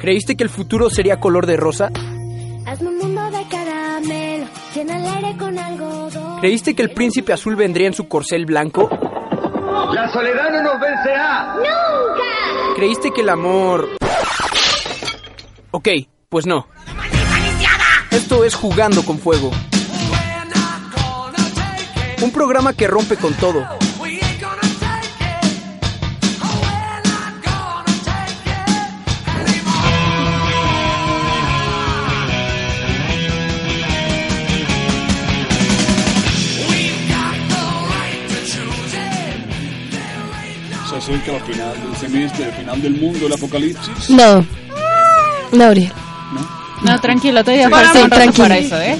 ¿Creíste que el futuro sería color de rosa? Hazme un mundo de caramelo, llena el aire con algodón. ¿Creíste que el príncipe azul vendría en su corcel blanco? La soledad no nos vencerá. ¡Nunca! ¿Creíste que el amor... Ok, pues no. Esto es Jugando con Fuego. Un programa que rompe con todo. Se acerca la final del semestre, el final del mundo, el apocalipsis. No. No, Uriel. No, tranquilo, todavía Sí, falta un rato tranquilo. para eso, ¿eh?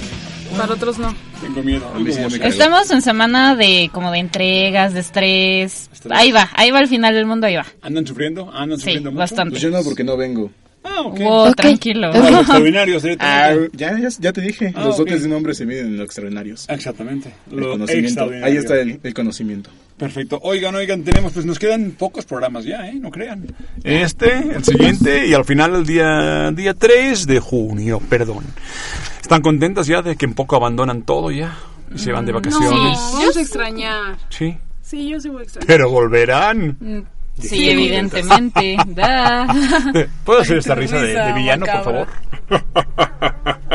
Para otros no. Tengo miedo. Algo sí, bueno. me cae. Estamos en semana de como de entregas, de estrés. Ahí va, ahí va el final del mundo, ahí va. ¿Andan sufriendo? ¿Andan Sí, sufriendo mucho? bastante. Pues yo no, porque no vengo. Ah, ok. Wow, Ok. tranquilo. A los extraordinarios, Ah, directamente. ya, ya, ya te dije. Ah, los ok. dotes de un hombre se miden en los extraordinarios. Exactamente. El Lo conocimiento. Ahí extraordinario. está el, el conocimiento. Perfecto. Oigan, oigan, tenemos, pues nos quedan pocos programas ya, ¿eh? No crean. Este, el siguiente y al final el día, día 3 de junio, perdón. ¿Están contentas ya de que en poco abandonan todo ya? Y se van de Mm, No, vacaciones. vamos a extrañar. Sí. Sí, yo sí voy a extrañar. Pero volverán. Sí, evidentemente. Da. Eh, ¿Puedo hacer esta tu risa de, risa de villano, por favor? macabra.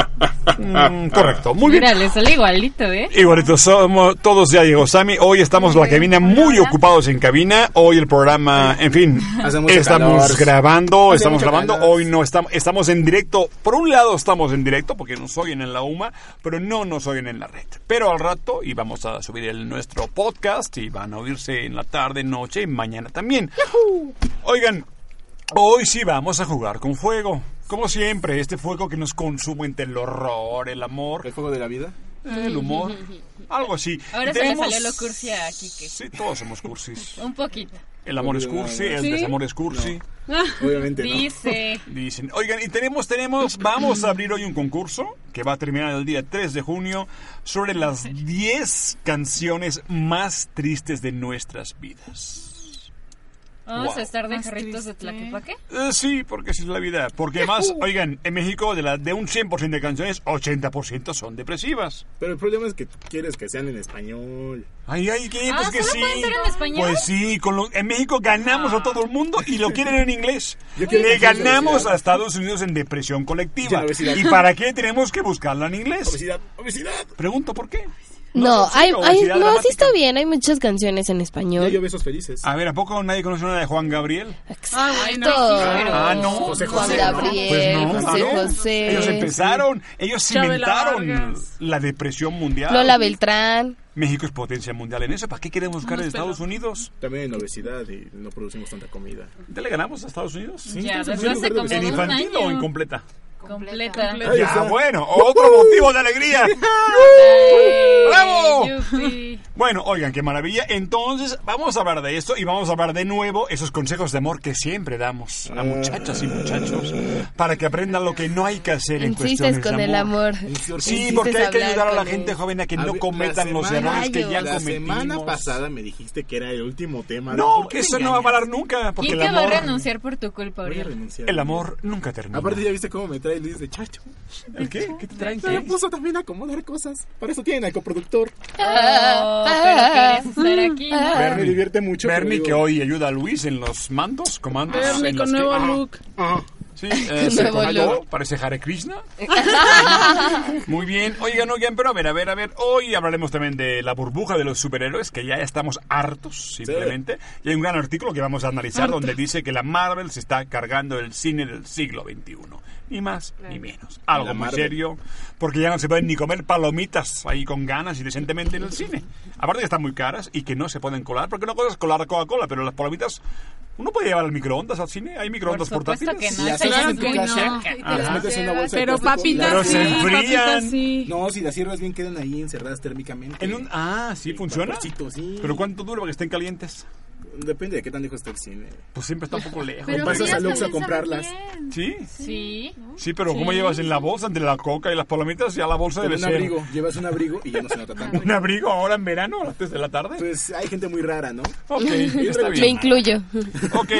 Mm, correcto. Muy bien. Mira, le sale igualito, ¿eh? Igualito, somos todos ya llegó Sammy. Hoy estamos la cabina muy ocupados en cabina. Hoy el programa, en fin, Hace mucho estamos calor. grabando, Hace estamos mucho grabando. calor. Hoy no estamos, estamos en directo. Por un lado estamos en directo porque nos oyen en la UMA, pero no nos oyen en la red. Pero al rato y vamos a subir el nuestro podcast y van a oírse en la tarde, noche y mañana también. Oigan, Hoy sí vamos a jugar con fuego. Como siempre, este fuego que nos consume entre el horror, el amor, fuego de la vida? el humor, algo así. Ahora se le Demos- salió lo cursi a Kike. Sí, todos somos cursis. Un poquito. El amor es cursi, el ¿Sí? desamor es cursi. Obviamente no. Dice. Dicen, oigan, y tenemos, tenemos, vamos a abrir hoy un concurso que va a terminar el día 3 de junio sobre las 10 canciones más tristes de nuestras vidas. Vamos Wow. a estar de Más jarritos de triste. Tlaquepaque. Eh, sí, porque así es la vida. Porque además, oigan, en México de, la, de un 100% de canciones, 80% son depresivas. Pero el problema es que quieres que sean en español. Ay, ay, ¿qué? Ah, pues que ¿solo sí. pueden ser en español? Ah. Pues sí, con lo- en México ganamos a todo el mundo y lo quieren en inglés. Yo quiero Le que sea ganamos obesidad. a Estados Unidos en depresión Ya, colectiva. obesidad. ¿Y para qué tenemos que buscarla en inglés? Obesidad, obesidad. Pregunto por qué. No, hay, o hay- no, obesidad sí dramática. está bien. Hay muchas canciones en Ya yo español. besos felices. A ver, ¿a poco nadie conoce una de Juan Gabriel? Ah, Exacto. Ay, no, sí, pero- Ah, no. José Juan José, ¿no? Gabriel, Pues no, José claro. José. Ellos empezaron, ellos Chabela cimentaron Vargas. la depresión mundial. Lola Beltrán. México es potencia mundial en eso. ¿Para qué queremos buscar en Estados Unidos? También en obesidad y no producimos tanta comida. ¿Ya le ganamos a Estados Unidos? Ya, entonces, desde en hace lugar de como ¿En dos infantil o en años. completa? Completa. Ahí Ya, está. bueno, otro motivo de alegría. Ay, ¡Bravo! yupi. Bueno, oigan, qué maravilla. Entonces, vamos a hablar de esto y vamos a hablar de nuevo esos consejos de amor que siempre damos a muchachas y muchachos para que aprendan lo que no hay que hacer en Insistes cuestiones con de el amor. amor. Sí, Insistes porque hay que hablar ayudar a la con él. gente joven a que A no ver, cometan la los semana- errores que ya La cometimos. semana pasada me dijiste que era el último tema. No, ¿Por qué eso me no va a engañas? parar nunca porque ¿Quién el te va a amor, renunciar por tu culpa, Voy a Uriel? renunciar. el amor nunca termina. Aparte ya viste cómo me trae Luis de chacho. ¿El qué? ¿Qué te traen? Me puso también a acomodar cosas. Para eso tienen al coproductor. Ah, Oh, pero quieres estar aquí, ¿no? Bernie Bernie. me divierte mucho. pero Bernie digo, que hoy ayuda a Luis en los mandos, comandos. Bernie en con las que- nuevo Ajá. look. ah, Sí, eh, se Nuevo colgó, look. parece Hare Krishna. Ah. Muy bien, oigan, oigan, pero a ver, a ver, a ver, hoy hablaremos también de la burbuja de los superhéroes, que ya estamos hartos, simplemente. Y hay un gran artículo que vamos a analizar donde dice que la Marvel se está cargando el cine del siglo XXI. Ni más ni menos. Algo La muy Marvel. serio, porque ya no se pueden ni comer palomitas ahí con ganas y decentemente en el cine. Aparte que están muy caras y que no se pueden colar, porque una cosa es colar Coca-Cola, pero las palomitas... ¿Uno puede llevar el microondas al cine? ¿Hay microondas supuesto que portátiles? no, Las eso ya haces es en tu muy casa. naca. te las metes en una bolsa de Pero plástico. Pero papitas sí, se papitas enfrían. sí. No, si las sirves bien quedan ahí encerradas térmicamente. En un- ah, sí, funciona. vaporcito, sí. Pero ¿cuánto dura para que estén calientes? Depende de qué tan lejos está el cine. Pues siempre está un poco lejos. Pero hombre. pasas Matías al Oxxo a también sabe comprarlas. bien. Sí, Sí. sí, pero ¿cómo llevas en la bolsa? Entre la coca y las palomitas, ya la bolsa Con debe un ser. abrigo, llevas un abrigo y ya no se nota tanto. ¿Un abrigo ahora en verano a las 3 de la tarde? Pues hay gente muy rara, ¿no? Ok, está Me bien. incluyo. Ok,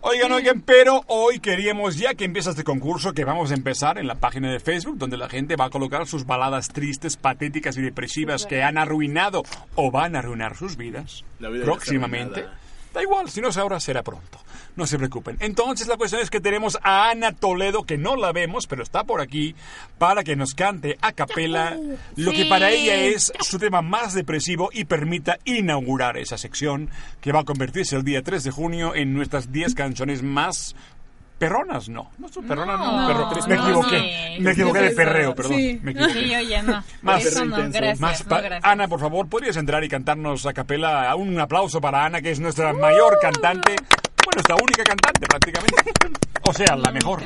oigan, oigan, pero hoy queríamos, ya que empieza este concurso, que vamos a empezar en la página de Facebook, donde la gente va a colocar sus baladas tristes, patéticas y depresivas que han arruinado o van a arruinar sus vidas La vida ya está próximamente. arruinada. Da igual, si no es ahora, será pronto. No se preocupen. Entonces la cuestión es que tenemos a Ana Toledo, que no la vemos, pero está por aquí, para que nos cante a capela lo que Sí. para ella es su tema más depresivo y permita inaugurar esa sección que va a convertirse el día 3 de junio en nuestras 10 canciones más perronas. No, no son perronas, no, No, perro- no, Me no, equivoqué, no. me equivoqué de perreo, perdón. Sí. me equivoqué. Sí, yo ya no. Más Eso no, intenso. gracias. Más no, pa- gracias. Ana, por favor, ¿podrías entrar y cantarnos a capela? Un aplauso para Ana, que es nuestra mayor cantante. Bueno, es la única cantante prácticamente. O sea, la mejor.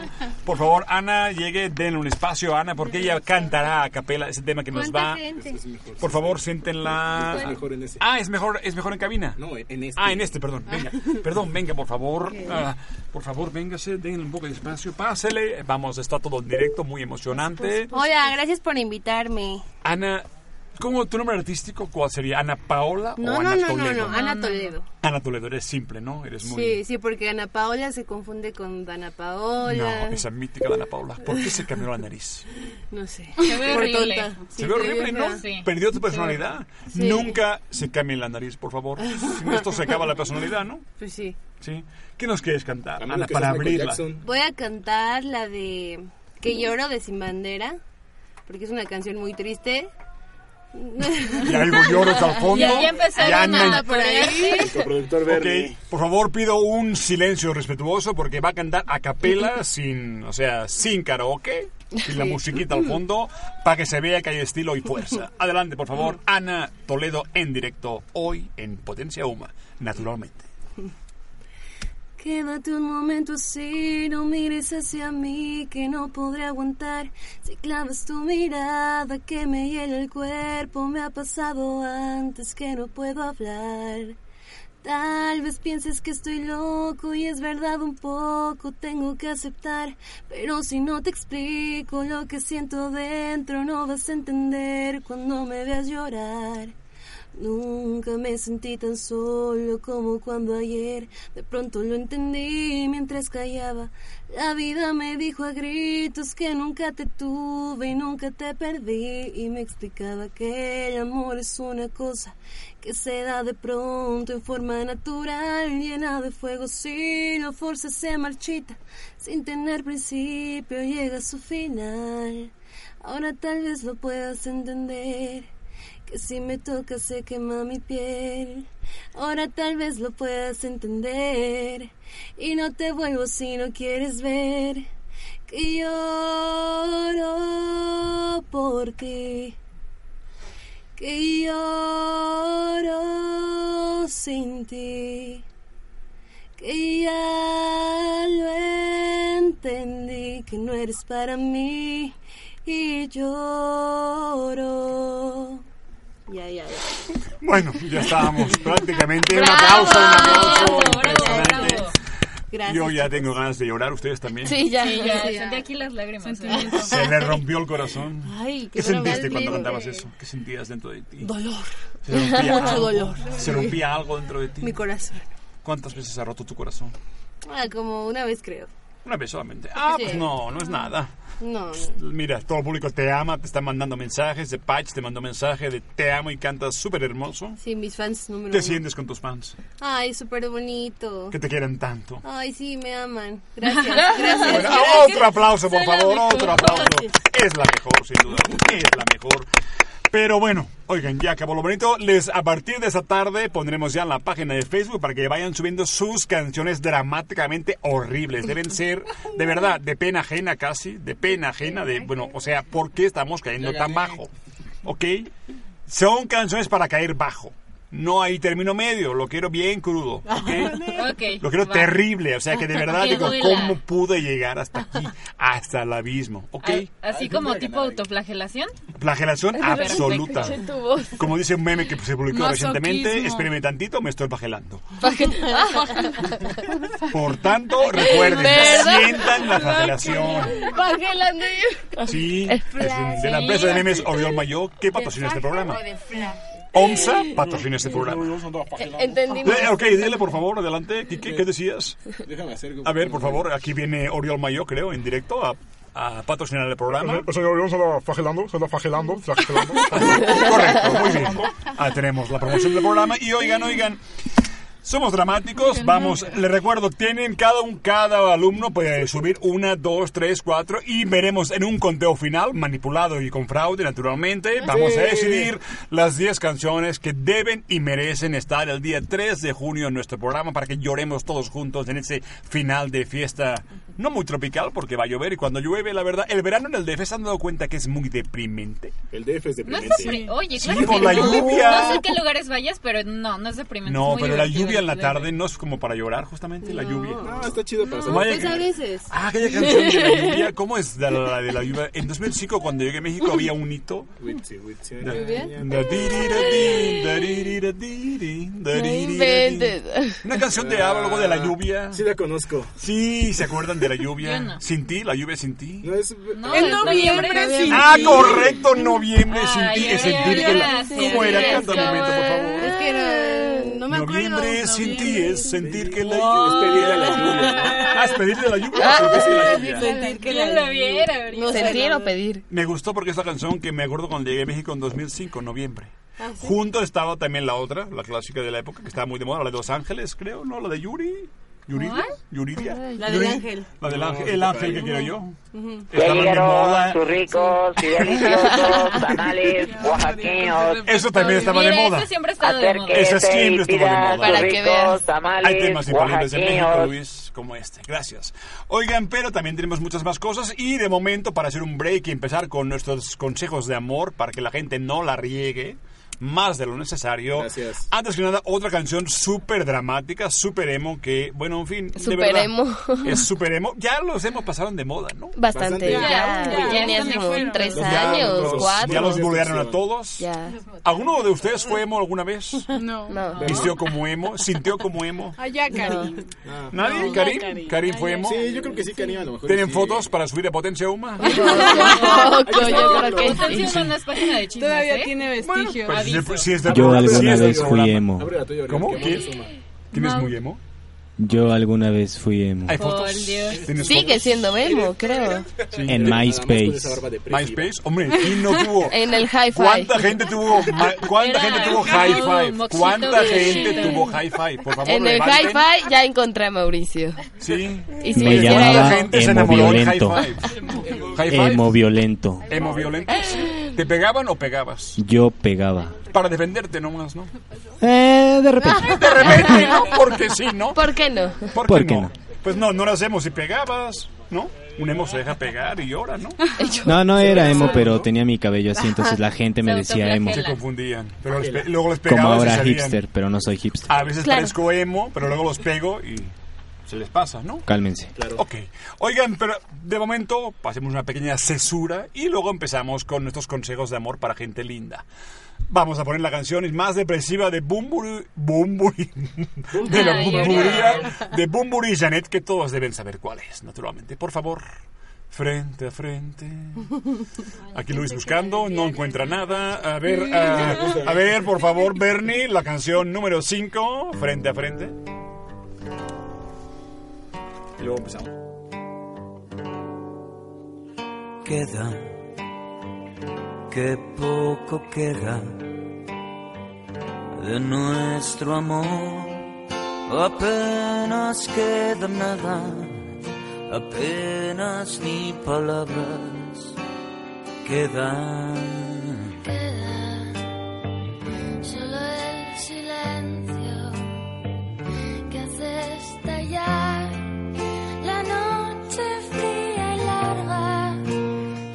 Por favor, Ana, llegue, denle un espacio a Ana, porque ella cantará a capela ese tema que nos ¿Cuánta va. Este gente? Es mejor. Por favor, siéntenla. Es mejor en ese. Ah, es mejor, es mejor en cabina. No, en este. Ah, en este, perdón. Venga, perdón, venga, por favor. Ah, por favor, véngase, denle un poco de espacio, pásele. Vamos, está todo en directo, muy emocionante. Hola, gracias por invitarme. Ana, ¿cómo tu nombre artístico cuál sería? ¿Ana Paola o No, Ana no, no, no, Toledo? no, Ana Toledo. Ana Toledo, eres simple, ¿no? Eres Ah, muy... Sí, sí, porque Ana Paola se confunde con Dana No, pues Paola. esa mítica de Ana Paola. ¿Por qué se cambió la nariz? No sé. Se ve Por horrible. tonta. Sí, se ve horrible, fea. ¿no? Sí. Perdió tu personalidad. Nunca se cambie la nariz, por favor. Sin esto se acaba la personalidad, ¿no? Pues sí. Sí. ¿Qué nos quieres cantar, A menos Ana, que para seas Michael abrirla? Jackson. Voy a cantar la de Que lloro de Sin Bandera, porque es una canción muy triste. Y algo lloros al fondo. Y ahí empezaron Ana- a por ahí. El coproductor Bernie. Ok, por favor pido un silencio respetuoso porque va a cantar a capela sin, o sea, sin karaoke, sin la musiquita al fondo, para que se vea que hay estilo y fuerza. Adelante, por favor, Ana Toledo en directo, hoy en Potencia Huma, naturalmente. Quédate un momento así, no mires hacia mí, que no podré aguantar. Si clavas tu mirada que me hiela el cuerpo, me ha pasado antes que no puedo hablar. Tal vez pienses que estoy loco y es verdad un poco, tengo que aceptar, pero si no te explico lo que siento dentro, no vas a entender cuando me veas llorar. Nunca me sentí tan solo como cuando ayer de pronto lo entendí mientras callaba. La vida me dijo a gritos que nunca te tuve y nunca te perdí y me explicaba que el amor es una cosa que se da de pronto en forma natural, llena de fuego si lo fuerza se marchita sin tener principio llega a su final. Ahora tal vez lo puedas entender. Que si me toca se quema mi piel. Ahora tal vez lo puedas entender. Y no te vuelvo si no quieres ver. Que lloro por ti. Que lloro sin ti. Que ya lo entendí, que no eres para mí y lloro. Ya, ya, ya. Bueno, ya estábamos prácticamente. Un aplauso, un aplauso. bravo, impresionante. bravo. Gracias. Yo ya tengo ganas de llorar, ustedes también. Sí, ya. Sí, ya, sentí aquí las lágrimas. Se le rompió el corazón. Ay, ¿Qué sentiste cuando horrible. cantabas eso? ¿Qué sentías dentro de ti? Dolor. Se rompía Mucho algo. dolor. Se rompía algo dentro de ti. Mi corazón. ¿Cuántas veces se ha roto tu corazón? Ah, como una vez creo. Una vez solamente. Ah, Sí. pues no, no es nada. No, no. Mira, todo el público te ama, te está mandando mensajes. De Patch te mandó mensaje de te amo y cantas súper hermoso. Sí, mis fans número ¿Te uno. sientes con tus fans? Ay, súper bonito. Que te quieran tanto. Ay, sí, me aman. Gracias, gracias. Bueno, otro aplauso, por favor, otro aplauso. Es la mejor, sin duda. Es la mejor. Pero bueno, oigan, ya acabó lo bonito. Les, a partir de esta tarde pondremos ya en la página de Facebook para que vayan subiendo sus canciones dramáticamente horribles. Deben ser, de verdad, de pena ajena casi, de pena ajena, de, bueno, o sea, ¿por qué estamos cayendo tan bajo? ¿Ok? Son canciones para caer bajo. No hay término medio, lo quiero bien crudo. ¿ok? Ok. Lo quiero va. terrible, o sea que de verdad Que digo, duela. ¿cómo pude llegar hasta aquí? Hasta el abismo, ¿ok? Al- Así como tipo autoflagelación. Flagelación absoluta. tu voz. Como dice un meme que se publicó Masoquismo. recientemente, espéreme tantito, me estoy flagelando. Pagelando Por tanto, recuerden, ¿Verdad? sientan la flagelación. Sí, es un- de la empresa de memes Oriol Mayo que patrocina este programa. OMSA patrocina este programa. Entendimos. Eh, ok, dile por favor, adelante, Quique, ¿qué decías? Déjame hacer. A ver, por favor, aquí viene Oriol Mayo, creo, en directo a, a patrocinar el programa. O sea, Eh, yo se la fagelando, se la fagelando, flagelando. Correcto, muy bien. Ah, tenemos la promoción del programa y oigan, oigan. Somos dramáticos, vamos, les recuerdo, tienen cada un, cada alumno puede subir una, dos, tres, cuatro y veremos en un conteo final, manipulado y con fraude naturalmente, Ah, vamos a decidir las 10 canciones que deben y merecen estar el día 3 de junio en nuestro programa para que lloremos todos juntos en ese final de fiesta, no muy tropical porque va a llover y cuando llueve, la verdad, el verano en el DF se han dado cuenta que es muy deprimente. El DF es No es deprimente. deprimente. Oye, Sí, claro por que la no. lluvia. No sé qué lugares vayas, pero no, no es deprimente. No, es muy pero la divertido, lluvia en la divertido. tarde no es como para llorar, justamente la lluvia. Ah, está chido para Vaya Pues que- a veces. Ah, aquella canción de la lluvia, ¿cómo es la, la- la de la lluvia? En 2005, cuando llegué a México, había un hito. Witsi, witsi. Da- da- diriradín, daririradirín, daririradirín. inventes. Una canción de algo de la lluvia. Sí, la conozco. Sí, ¿se acuerdan de la lluvia? Yo no. Sin ti, la lluvia sin ti. No es. No, En es noviembre, sí. Ah, correcto, noviembre sin Ay, ti. Es ay, el ay, título. ay, ¿Cómo ay, era? ay, Canta un ay, momento, por favor. Es que no, no me acuerdo. Noviembre es sin ti, es sentir que la Es lluvia. pedirle a la lluvia. Ah, es pedirle la lluvia. creo que sí, la lluvia. Sentir que ¿Quién la viera, Bri? No sentir o pedir. Me gustó porque esta canción que me acuerdo cuando llegué a México en 2005, noviembre. Ah, Junto estaba también la otra, la clásica de la época, que estaba muy de moda, la de Los Ángeles, creo, ¿no? La de Yuri. Yuridia. Yuridia. La Yuri- del ángel. La del ángel. El ángel que quiero yo. Estaban de moda. ricos y deliciosos tamales oaxaqueños. Eso también estaba de Mira, moda. eso siempre ha estado de moda. Esa siempre estuvo de moda. Para que veas. Hay temas tamales imponibles en México, Luis, como este. Gracias. Oigan, pero también tenemos muchas más cosas y de momento para hacer un break y empezar con nuestros consejos de amor para que la gente no la riegue. Más de lo necesario. Gracias. Antes que nada, otra canción súper dramática, súper emo, que, bueno, en fin. de Súper verdad, emo. Es súper emo. Ya los emo pasaron de moda, ¿no? Bastante. Bastante. Ya, Ya, ya, ni ya hace se como fueron. tres Ya años, los- Ya cuatro. los bullearon a todos. Ya. ¿Alguno de ustedes fue emo alguna vez? No. No. ¿Vistió como emo? ¿Sintió como emo? Allá, Cari. Ah. ¿Nadie? ¿Karim? ¿Karim fue emo? Sí, yo creo que sí, Cani, a lo mejor. ¿Tienen sí. fotos para subir a Potencia Uma? Poco, yo creo que Están sí. siendo unas páginas de chismes, Todavía ¿eh? tiene vestigio. Pues, si, si es de Yo programa, si alguna es del vez fui programa. emo. Abre la tuya, Oriol, ¿Cómo? que ¿Quién? vamos a sumar. ¿Tienes No. muy emo? Yo alguna vez fui emo. ¿Hay Por fotos? Dios. ¿Tienes Sigue fotos? siendo memo, creo. En Nada más con esa MySpace. barba depresiva. ¿MySpace? Hombre, ¿quién no tuvo? En el hi-fi. ¿Cuánta gente tuvo, ma- ¿cuánta Era gente tuvo acá, high five? moxito, ¿Cuánta gente moxito. tuvo high five? Por favor, En el levanten. hi-fi ya encontré a Mauricio. Sí. Y si Me les llamaba- quiere- ¿Cuánta gente se emo enamoró del high violento. five? ¿High five? Emo violento. ¿Emo violentos? ¿Te pegaban o pegabas? Yo pegaba. Para defenderte nomás, ¿no? Eh, de repente. De repente, ¿no? Porque sí, ¿no? ¿Por qué no? ¿Por qué, ¿Por qué no? no? Pues no, no lo hacemos si pegabas, ¿no? Un emo se deja pegar y llora, ¿no? No, no era emo, pero tenía mi cabello así, entonces la gente me decía emo. Se confundían. Pero les pe- luego les pegabas Como y ahora salían. hipster, pero no soy hipster. A veces Claro. parezco emo, pero luego los pego y se les pasa, ¿no? Cálmense. Ok. Oigan, pero de momento pasemos una pequeña cesura y luego empezamos con nuestros consejos de amor para gente linda. Vamos a poner la canción más depresiva de Bumburi... Bumburi... De la Ay, Bumburía... De Bumburi y Janet, que todos deben saber cuál es, naturalmente. Por favor, frente a frente... Aquí Luis buscando, no encuentra nada. A ver, ah, a ver, por favor, Bernie, la canción número 5, frente a frente. Y luego empezamos. Queda, qué poco queda de nuestro amor. Apenas queda nada, apenas ni palabras quedan. Solo el silencio que hace estallar la noche fría y larga,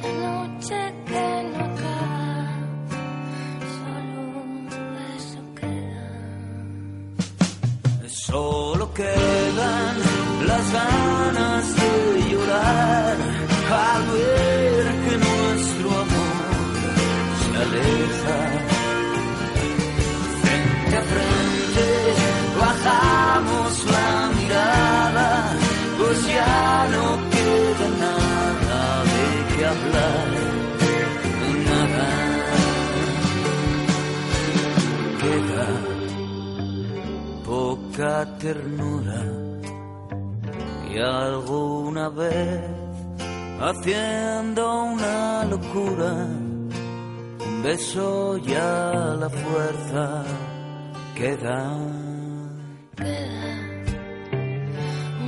la noche que no acaba. Solo un beso queda ver que nuestro amor se aleja. Frente a frente bajamos la mirada, pues ya no queda nada de qué hablar. Nada queda poca ternura y alguna vez haciendo una locura un beso ya la fuerza queda Queda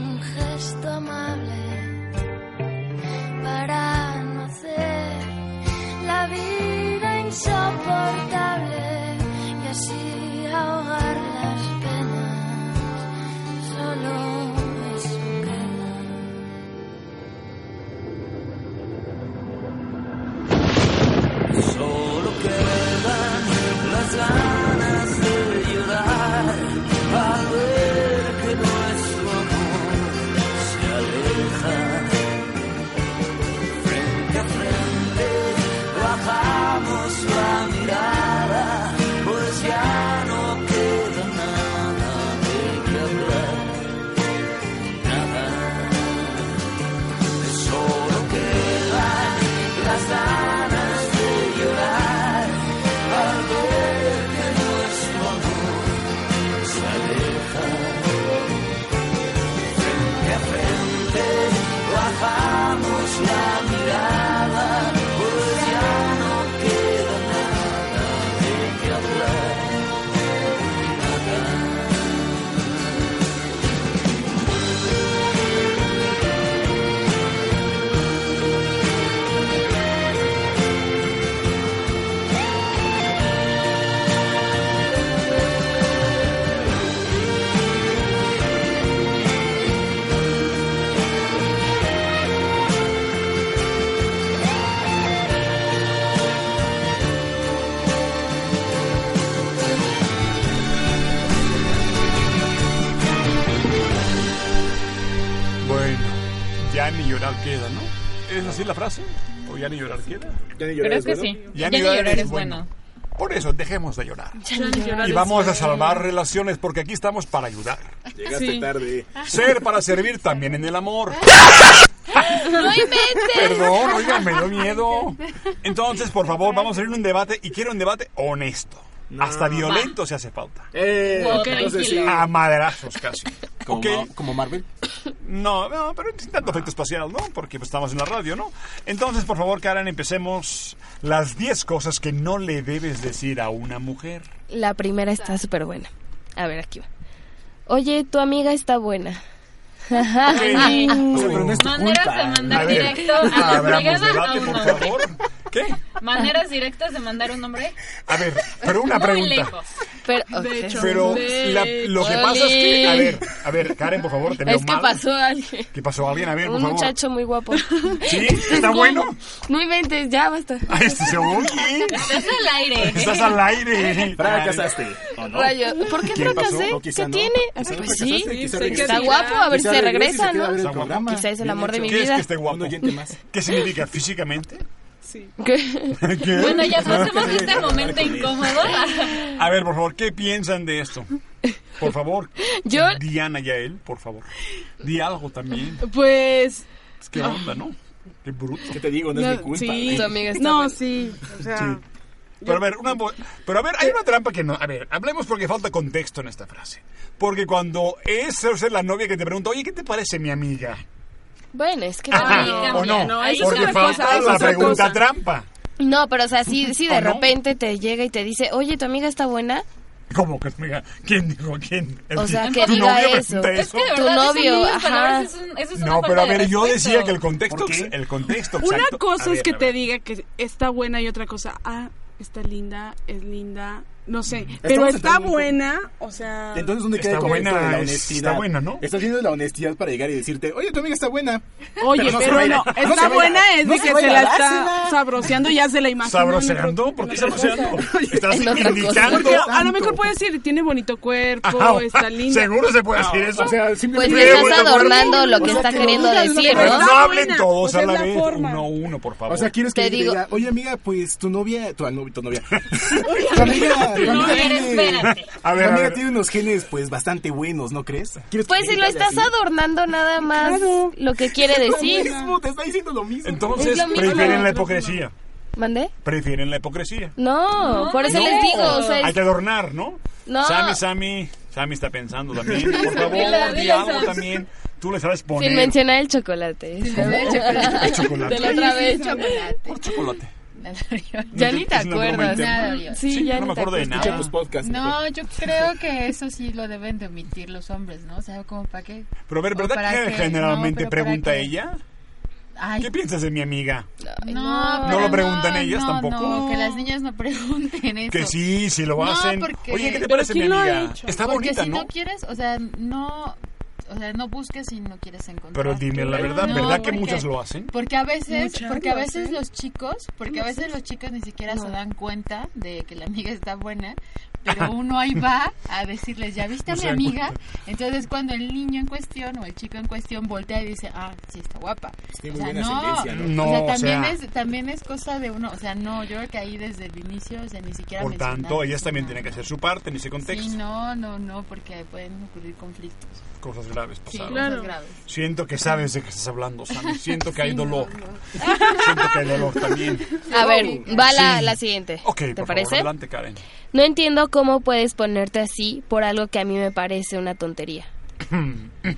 un gesto amable para no hacer la vida insoportable y así ahogar las penas. Solo eso queda. solo quedan las ganas de llorar al ver que nuestro amor se aleja frente a frente bajamos la mirada pues ya no queda nada de que hablar nada Solo quedan las ganas de llorar al ver que nuestro amor se aleja. Frente a frente bajamos la mirada, pues ya no queda nada de que hablar. Nada. Bueno, ya ni llorar queda, ¿no? ¿Es así la frase? ¿O ya ni llorar queda? Ya ni Creo que sí. Ya ni llorar es bueno. Por eso, dejemos de llorar. Ya ni llorar Y es vamos a bueno. salvar relaciones porque aquí estamos para ayudar. Llegaste Sí. tarde. Ser para servir también en el amor. ¡No inventes! Perdón, oiga, me dio miedo. Entonces, por favor, vamos a abrir un debate y quiero un debate honesto. Hasta violento se hace falta. Eh, Ok. entonces sí. A madrazos casi. Como, Ok. Ma- como Marvel. No, no, pero sin tanto efecto espacial, ¿no? Porque pues, estamos en la radio, ¿no? Entonces, por favor, Karen, empecemos las 10 cosas que no le debes decir a una mujer. La primera está súper buena. A ver, aquí va. Oye, tu amiga está buena. Ay, O sea, pero no es tu Maneras culpa. de mandar A ver, directo a la abramos brigada a debate, un por hombre. ¿Qué? Maneras directas de mandar un hombre A ver, pero una muy pregunta. lejos. Pero, Pero la- lo que pasa es que... A ver, a ver, Karen, por favor, te veo Es que mal. pasó alguien. ¿Qué pasó? Alguien, a ver, por Un favor. muchacho muy guapo. ¿Sí? ¿Está bueno? No inventes, ya basta. Ay, este se oye. Estás al aire. Estás al aire. Fracasaste. ¿O Rayo, ¿por qué ¿Quién pasó? fracasé? No, ¿Qué quizá no. tiene? Ah, Quizá pues fracasaste, sí, quizá está regresaste. guapo, a ver si Quizá se regrese y se regresa, queda a ver el ¿no? programa. Quizá es el Bien amor de hecho. mi ¿Qué es vida. que esté guapo? ¿Qué significa físicamente? ¿Qué? ¿Qué? Bueno, ya pasemos de Sí. este momento incómodo. A ver, por favor, ¿qué piensan de esto? Por favor. Yo... Diana Yael, por favor. Di algo también. Pues. Es que onda, ¿no? Qué bruto. ¿Qué te digo? sí. ¿eh? No, sí. O sea, Sí. Pero a ver, una bo- pero a ver, hay una trampa que no. A ver, hablemos porque falta contexto en esta frase. Porque cuando es o sea, la novia que te pregunta, oye, ¿qué te parece mi amiga? Bueno, es que... Ajá, no, o Ah, no, no, ahí es porque otra cosa, falta ahí es la otra pregunta cosa. trampa. No, pero o sea, sí, sí de ¿O no? repente te llega y te dice, oye, tu amiga está buena. ¿Cómo que amiga? ¿Quién dijo quién? O sea, ¿Tu que diga novia eso. pregunta Es que de eso? Tu verdad, novio, esas mismas ajá. palabras, eso es un- eso es una no, pero falta a de ver, yo respeto. decía que el contexto, el contexto Una exacto- cosa a es ver, que a te ver. diga que está buena y otra cosa, ah, está linda, es linda, No sé, pero Estamos está entrando en un- buena, o sea... Entonces, ¿dónde queda Está el concepto buena, de la es- honestidad? está buena, ¿no? Estás haciendo la honestidad para llegar y decirte, oye, tu amiga está buena. Oye, pero, se baila, no, se está baila, buena es no de que se baila, la está dásela". sabroseando y ya se la imagina. ¿Sabroseando? ¿Por qué sabroseando? Estás indicando. Porque a lo mejor puede decir, tiene bonito cuerpo, Ajá, está linda. Seguro se puede decir eso. O sea, simplemente- Pues le estás adornando lo que está queriendo decir, pero ¿no? No hablen Buena, todos o sea, a la es la vez. forma. Uno a uno, por favor. O sea, quieres que Te yo te digo- diga, oye, amiga, pues tu novia, tu, ah, no, tu novia. tu amiga, tu amiga tiene, A ver, tu a amiga ver. tiene unos genes, pues, bastante buenos, ¿no crees? ¿Quieres Pues que si me lo diga estás así? adornando nada más lo que quiere Es lo decir. mismo, te está diciendo lo mismo. Entonces, Es lo mismo. prefieren la hipocresía. ¿Mandé? Prefieren la hipocresía. No, por eso les digo, o sea, Hay que adornar, ¿no? No. Sammy, Sammy, Sammy está pensando también. Por Dile, favor, dile, di algo Sammy. también. Tú le sabes poner. sin mencionar el chocolate. El chocolate. De la otra vez. chocolate. Ya ni te Es una broma acuerdas. interna. Nada, Dios. Sí, Sí, ya no ni me te acuerdo de acuerdas. nada. Escuchemos podcast. No, yo creo que eso sí lo deben de omitir los hombres, ¿no? O sea, como para qué. Pero a ver, O ¿verdad para que qué, generalmente no, pero pregunta para qué. ella? Ay. ¿Qué piensas de mi amiga? No, ¿No pero lo preguntan no, ellas no, tampoco? No, que las niñas no pregunten eso. Que sí, sí lo No, hacen. porque- Oye, ¿qué te ¿Pero parece mi quién lo ha amiga? hecho? Está Porque bonita, si ¿no? no quieres, o sea, no... O sea, no busques si no quieres encontrar. Pero dime la verdad, No, ¿verdad que porque- muchas lo hacen? Porque a veces, Muchas porque a lo veces hacen. los chicos, porque a veces los chicos ni siquiera se dan cuenta de que la amiga está buena, pero Ajá. uno ahí va a decirles, ¿ya viste a No mi se dan amiga? Entonces cuando el niño en cuestión o el chico en cuestión voltea y dice, ah, sí está guapa. Tiene o sea, muy buena no, ascendencia, ¿no? o sea, No, o sea- también es, este, también es cosa de uno, o sea, no, yo creo que ahí desde el inicio, o sea, ni siquiera Por mencionar. tanto, ellas también tienen que hacer su parte en ese contexto. Sí, no, no, no, porque pueden ocurrir conflictos. Cosas graves Sí, pasaron. cosas graves. Siento que sabes de qué estás hablando, Sammy. Siento que hay Sí, no, dolor. no. Siento que hay dolor también. A ver, va la, Sí. la siguiente. Ok, ¿Te por parece? favor, adelante, Karen. No entiendo cómo puedes ponerte así por algo que a mí me parece una tontería.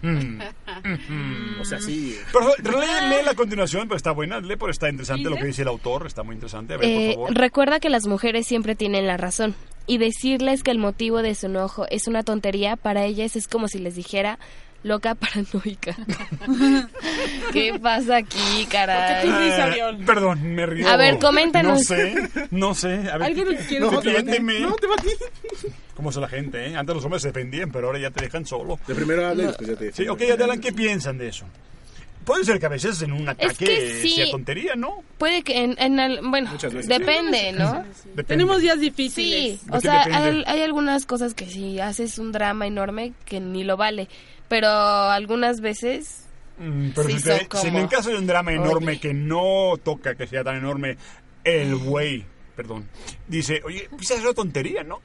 Mm. O sea, sí. Pero lee, lee la continuación, pero está buena. Lee, pero está interesante lo que dice el autor. Está muy interesante. A ver, Eh, por favor. recuerda que las mujeres siempre tienen la razón. Y decirles que el motivo de su enojo es una tontería para ellas es como si les dijera loca paranoica. ¿Qué pasa aquí, caray? Eh, perdón, me río. A ver, coméntanos. No sé, no sé. A ver, Algo que quiero no, saber. defiéndeme. No, te va a ti. Como es la gente, ¿eh? Antes los hombres se defendían, pero ahora ya te dejan solo. De primero habla y después ya te Sí, defiende. ok, Adelan, ¿qué piensan de eso? Puede ser que a veces en un ataque que sí. sea tontería, ¿no? Puede que en, en al- bueno, Muchas veces. depende, ¿no? Depende. Tenemos días Sí, difíciles. o Es que sea, depende. hay, hay algunas cosas que si haces un drama enorme que ni lo vale, pero algunas veces Mm, Pero Sí, si, te- son como- si en el caso de un drama enorme que no toca que sea tan enorme, el güey, perdón, dice, oye, pues es una tontería, ¿no?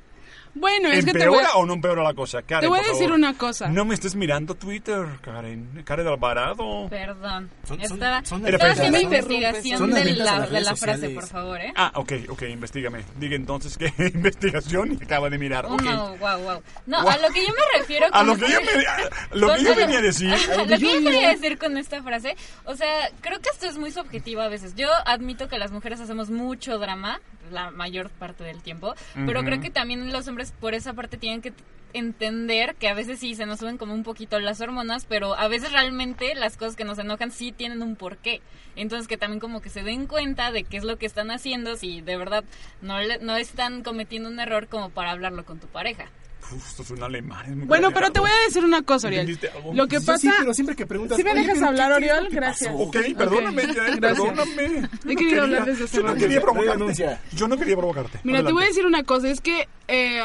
Bueno, es que te voy, ¿Empeora o no empeora la cosa, Karen? te voy a por decir favor? una cosa. No me estés mirando Twitter, Karen. Karen Alvarado. Perdón. Son- son- estaba son estaba las haciendo ventas. Son investigación las de ventas a la, las de la redes frase, sociales. por favor, ¿eh? Ah, ok, ok, investigame. Diga entonces qué investigación y acaba de mirar. Ah, ok. Uno, wow, wow. No, Guau. a lo que yo me refiero A con lo que yo, esta- me- a lo que yo con- venía a decir. lo que yo quería decir con esta frase, o sea, creo que esto es muy subjetivo a veces. Yo admito que las mujeres hacemos mucho drama la mayor parte del tiempo, pero Ujú. creo que también los hombres por esa parte tienen que t- entender que a veces sí se nos suben como un poquito las hormonas, pero a veces realmente las cosas que nos enojan sí tienen un porqué. Entonces que también como que se den cuenta de qué es lo que están haciendo si de verdad no le- no están cometiendo un error como para hablarlo con tu pareja. Uf, esto es un alemán. es muy Bueno, pero complicado. te voy a decir una cosa, Oriol. ¿Entendiste algo? Lo que Yo pasa... sí, pero siempre que preguntas. ¿Sí me "Oye, dejas pero hablar, ¿qué- qué- Oriol? qué Gracias. pasó?" Ok, perdóname, Karen, Gracias. perdóname. He querido hablar desde hace yo no rato. quería provocarte. Denuncia. Yo no quería provocarte. Mira, te voy a decir una cosa. Es que... eh,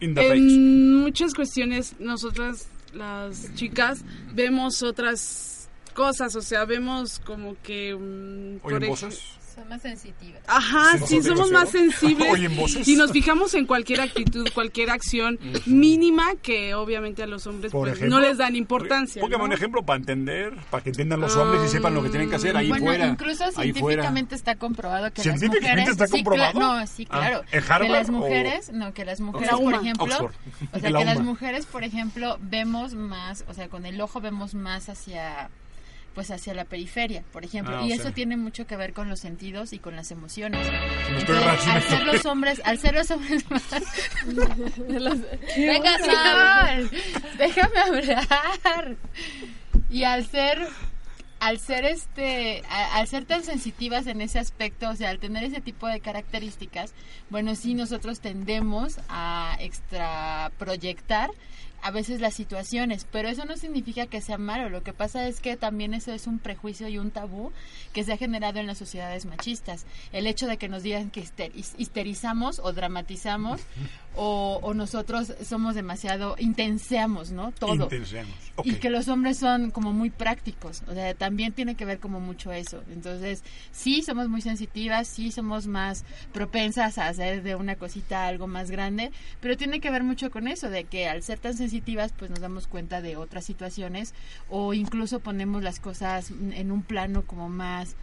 In the face. en muchas cuestiones nosotras las chicas vemos otras cosas, o sea, vemos como que mm, por ¿Oyen ej- voces? Son más sensitivas. Ajá, ¿Somos sí, somos más demasiado? sensibles. ¿Oyen voces? Y nos fijamos en cualquier actitud, cualquier acción mínima que obviamente a los hombres Por pues, ejemplo. no les dan importancia. Póngame un ¿no? Ah, ejemplo para entender, para que entiendan los hombres y sepan lo que tienen que hacer ahí bueno, fuera. incluso ahí fuera. científicamente está comprobado que las ¿Científicamente mujeres está sí, cla- comprobado? no, sí, Ah, claro. ¿en Harvard que las o- mujeres, no, que las mujeres, Oxford. por ejemplo, Oxford. o sea, En la que las UMA. mujeres, por ejemplo, vemos más, o sea, con el ojo vemos más hacia pues hacia la periferia, por ejemplo, Ah, y o eso sea. tiene mucho que ver con los sentidos y con las emociones. Me estoy Entonces, al racionando. ser los hombres, al ser los hombres más Venga, Sam. Señor, déjame hablar. Y al ser, al ser este, a- al ser tan sensitivas en ese aspecto, o sea, al tener ese tipo de características, bueno, sí nosotros tendemos a extraproyectar a veces las situaciones, pero eso no significa que sea malo, lo que pasa es que también eso es un prejuicio y un tabú que se ha generado en las sociedades machistas. El hecho de que nos digan que hister- histerizamos o dramatizamos o, o nosotros somos demasiado, intenseamos, ¿no? Todo. Intenseamos. Y que los hombres son como muy prácticos, o sea, también tiene que ver como mucho eso. Entonces, sí somos muy sensitivas, sí somos más propensas a hacer de una cosita algo más grande, pero tiene que ver mucho con eso, de que al ser tan sensitivas, pues nos damos cuenta de otras situaciones o incluso ponemos las cosas en un plano como más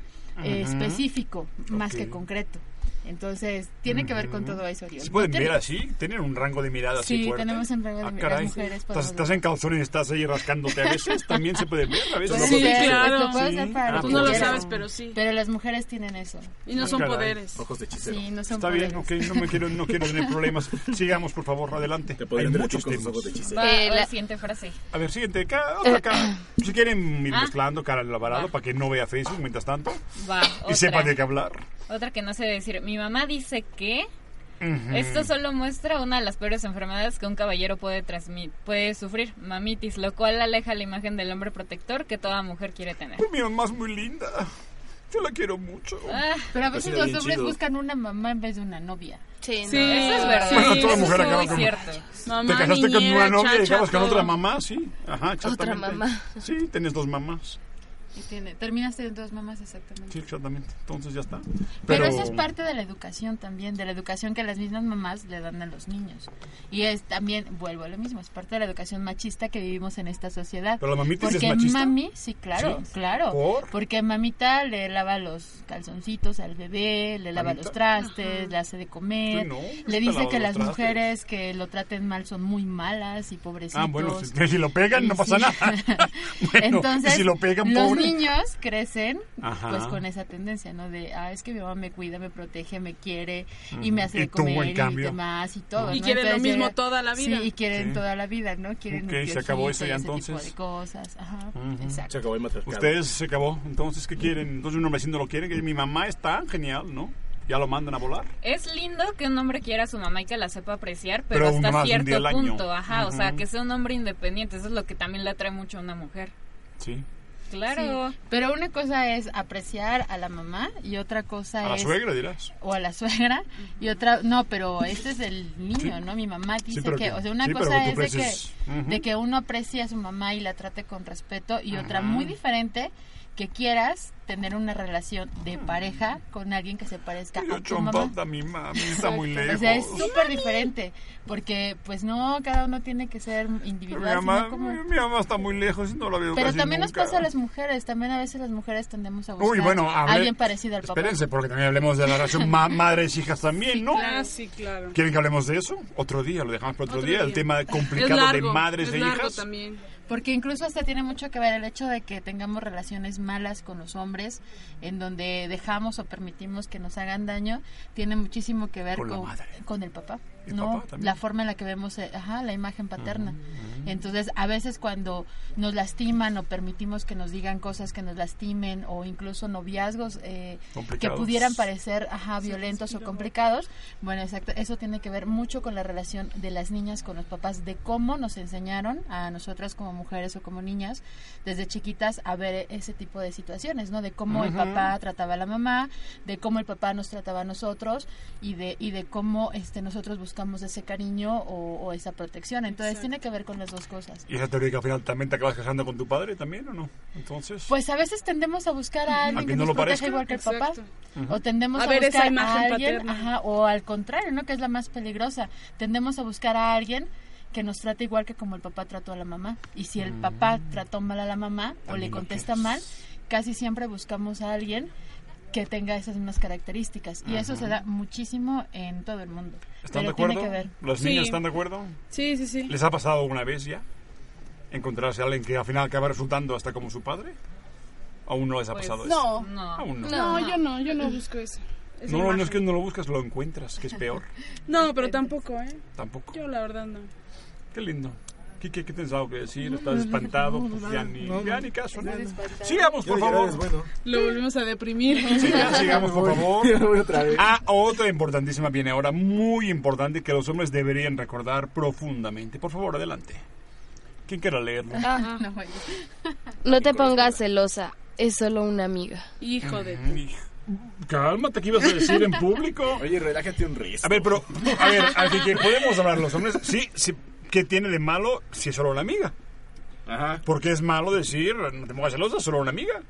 eh, Ajá. específico, más Ok. que concreto. Entonces, tiene que ver con todo eso. Oriol. ¿Se pueden Tiene- ver así? ¿Tienen un rango de mirada así Sí, fuerte? tenemos un rango de Ah, mirada, caray. las mujeres estás, podemos estás en calzones y estás ahí rascándote a veces. También se puede ver a veces. Pues ¿no? sí, claro. Lo puedes Sí. hacer para Ah, lo tú que no lo quieras. sabes, pero sí. Pero las mujeres tienen eso. Y no Ay, son Ah, caray. poderes. Ojos de hechicero. Sí, no son Está bien, ok, poderes. no, me quiero, no quiero tener problemas. Sigamos, por favor, adelante. Hay muchos temas. Va Eh, la la- siguiente frase. A ver, siguiente, ca- otra cara. Si quieren ir Ah. mezclando cara al lavarado para que no vea Facebook mientras tanto Va, y sepa otra. de qué hablar. Otra que no sé decir. Mi mamá dice que Ujú. esto solo muestra una de las peores enfermedades que un caballero puede transmit, puede sufrir, mamitis, lo cual aleja la imagen del hombre protector que toda mujer quiere tener. Mi mamá es muy linda. Yo la quiero mucho. Ah. Pero a veces los hombres buscan una mamá en vez de una novia. Sí, eso no. es verdad. Bueno, toda Eso mujer es acaba muy con- cierto. Te casaste con una novia y acabas con todo. otra mamá, sí. Ajá, exactamente. mamá. Sí, tienes dos mamás. Y tiene- terminaste en dos mamás exactamente. Sí, exactamente. Entonces ya está. Pero, eso es parte de la educación también, de la educación que las mismas mamás le dan a los niños. Y es también, vuelvo a lo mismo, es parte de la educación machista que vivimos en esta sociedad. ¿Pero la mamita es Porque machista? mami, sí, claro, Sí. claro. ¿Por? Porque mamita le lava los calzoncitos al bebé, le lava ¿Mamita? los trastes, le hace de comer, Sí, no, le te dice lava que los las trastes. mujeres que lo traten mal son muy malas y pobrecitos. Ah, bueno, si, si lo pegan no pasa nada. Bueno, Entonces, y si lo pegan, los pobre. niños crecen Ajá. pues con esa tendencia, ¿no? De, ah, es que mi mamá me cuida, me protege, me quiere y Ujú. me hace Y de tú, en comer y cambio. demás y todo. Y ¿no? quieren lo Entonces mismo llega- toda la vida. Sí, y quieren Sí. toda la vida, ¿no? Quieren Ok, se acabó eso ya, ese tipo entonces. de cosas, ajá. Ujú. Exacto. acabó el matriarcado. Ustedes se acabó. Entonces, ¿qué quieren? Entonces, un hombre si no lo quiere. Que mi mamá es tan genial, ¿no? Ya lo mandan a volar. Es lindo que un hombre quiera a su mamá y que la sepa apreciar, Pero pero, uno más hasta un día al cierto año. punto, ajá, o sea, Ujú. que sea un hombre independiente, eso es lo que también le atrae mucho a una mujer. Sí. Claro. Sí, Pero una cosa es apreciar a la mamá y otra cosa A la es... suegra, dirás. O a la suegra y otra... No, pero este es el niño, ¿no? Mi mamá dice pero que... que- O sea, una sí, pero cosa que es tú de que, aprecias. Ujú. de que uno aprecie a su mamá y la trate con respeto y otra Ajá. muy diferente que quieras tener una relación de Mm. pareja con alguien que se parezca a tu mamá. Chompata, mi mami está muy lejos. O sea, es súper diferente, porque pues no, cada uno tiene que ser mi, individual. mamá, sino como- mi, mi mamá está muy lejos y no la veo Pero casi también nunca. nos pasa a las mujeres, también a veces las mujeres tendemos a buscar Uy, bueno, a hable- alguien parecido al papá. Espérense, porque también hablemos de la relación ma- madres-hijas también, ¿no? Ah, sí, claro. ¿Quieren que hablemos de eso? Otro día, lo dejamos para otro, Otro día, El día. tema complicado de madres e hijas. también. Porque incluso hasta tiene mucho que ver el hecho de que tengamos relaciones malas con los hombres, en donde dejamos o permitimos que nos hagan daño, tiene muchísimo que ver Con con, la madre. con el papá. El no, papá también. la forma en la que vemos eh, ajá, la imagen paterna. Ujú. Entonces, a veces cuando nos lastiman o permitimos que nos digan cosas que nos lastimen o incluso noviazgos eh, que Complicados. pudieran parecer ajá, violentos o complicados, bueno, exacto, eso tiene que ver mucho con la relación de las niñas con los papás, de cómo nos enseñaron a nosotras como mujeres o como niñas desde chiquitas a ver ese tipo de situaciones, ¿no? De cómo el Ujú. papá trataba a la mamá, de cómo el papá nos trataba a nosotros y de, y de cómo este, nosotros buscamos ese cariño o, o esa protección. Entonces tiene que ver con las dos cosas. ¿Y esa teoría que al final también te acabas casando con tu padre también o no? Entonces... Pues a veces tendemos a buscar a alguien Aunque que no nos lo proteja parezca. igual que el papá. Ujú. O tendemos A a, ver, buscar esa a imagen alguien, paterna. ajá, o al contrario, ¿no? Que es la más peligrosa. Tendemos a buscar a alguien que nos trate igual que como el papá trató a la mamá. Y si Mm. el papá trató mal a la mamá o le También lo contesta mal, casi siempre buscamos a alguien que tenga esas mismas características. Y eso Ajá. se da muchísimo en todo el mundo. ¿Están de Pero acuerdo? Tiene que ver. ¿Los Sí. niños están de acuerdo? Sí, sí, sí. ¿Les ha pasado alguna vez ya encontrarse a alguien que al final acaba resultando hasta como su padre? ¿Aún no les Pues ha pasado eso? Pues, No. Aún no. No, yo no, yo no busco eso. Esa No, no imagen. es que no lo buscas, lo encuentras, que es peor. No, pero tampoco, ¿eh? Tampoco. Yo la verdad no. Qué lindo. Quique, ¿qué tienes algo que decir? ¿Estás espantado? Pues ya ni, no, ya no. ni caso, ¿no? Estás Sigamos, por Yo llorar favor. es bueno. Lo volvimos a deprimir. Sí, ya, sigamos, por favor. otra vez. Ah, otra importantísima viene ahora, muy importante, que los hombres deberían recordar profundamente. Por favor, adelante. ¿Quién quiera leerlo? Ah. No te pongas celosa, es solo una amiga. Hijo de... Mm, Cálmate, ¿qué ibas a decir en público? Oye, relájate un resto. A ver, pero, a ver, así que podemos hablar los hombres. Sí, sí, ¿qué tiene de malo si es solo la amiga? Ajá. Porque es malo decir, no te pongas celosa, solo una amiga.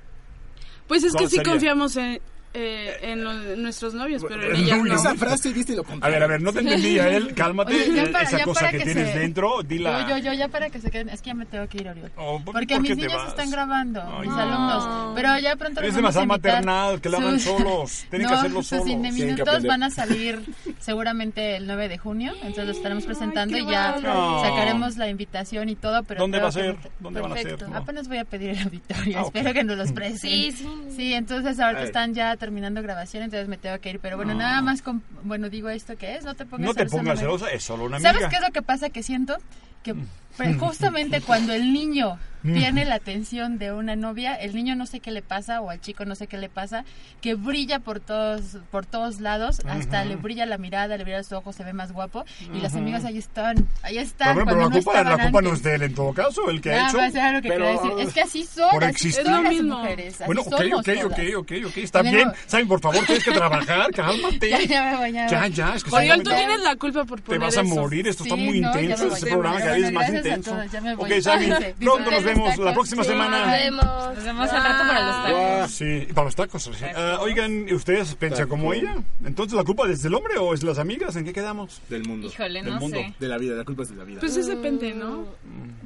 Pues es que ¿Cuál sí sería? confiamos en, eh, en lo- en nuestros novios, pero en Uy, ella no. no. Esa frase diste lo A ver, a ver, no te entendí a él, cálmate. Oye, ya eh, para- esa ya cosa para que, que tienes se- dentro, dila. Yo, yo, yo, ya para que se queden. Es que ya me tengo que ir, Oriol. Oh, ¿por- Porque por mis qué te niños vas? están grabando, mis no. alumnos. Pero ya pronto los Es vamos a demasiada invitar. maternal, que lo hagan solos. Tienen que No, hacerlo solos. Sus Tienen que indeminutos aprender. van a salir seguramente el 9 de junio. Entonces los estaremos presentando y ya bárbaro. sacaremos la invitación y todo. Pero ¿Dónde creo va a que- ser? ¿Dónde van a ser? Perfecto. No. Apenas voy a pedir el auditorio. Ah, ok. Espero que nos los presten. Sí, sí. Sí, entonces ahorita Ay. están ya terminando grabación, entonces me tengo que ir. Pero bueno, No. nada más. con- bueno, digo esto que es. No te pongas No te celosa, pongas no me- celosa, es solo una amiga. ¿Sabes qué es lo que pasa que siento? Que pre- justamente cuando el niño Mm. tiene la atención de una novia, el niño no sé qué le pasa o al chico no sé qué le pasa, que brilla por todos por todos lados, hasta Ujú. le brilla la mirada, le brilla los ojos, se ve más guapo y las Ujú. amigas ahí están, ahí están. Pero, pero cuando la, no culpa, estaban la culpa no antes. es de él en todo caso, el que Ah, ha hecho. pues, era lo que Pero- quería decir. Es que así son, por así existir. son las Es lo mismo. mujeres, así Bueno, ok, somos ok, ok, todas. ok, ok, está bien. Tenemos- Saben, por favor, tienes que trabajar, cálmate. Ya, ya me voy, ya me Ya, voy. ya, es que Oriol, son- tú tienes la culpa por Te poner vas a eso. morir, esto está Sí, muy no, ya me intenso, voy, este ya me programa voy. cada vez es más Bueno, gracias a intenso. todos, ya me voy. Ok, Sammy, Disfruten pronto nos los vemos la tacos. próxima Sí, semana. nos vemos. Nos vemos al rato para los Ah, tacos. sí, y para los tacos. sí. Ah, oigan, ¿y ¿ustedes piensan como ella? Entonces, ¿la culpa es del hombre o es las amigas? ¿En qué quedamos? Del mundo. Híjole, Del no mundo. sé. De la vida, la culpa es de la vida. Pues es depende, ¿no?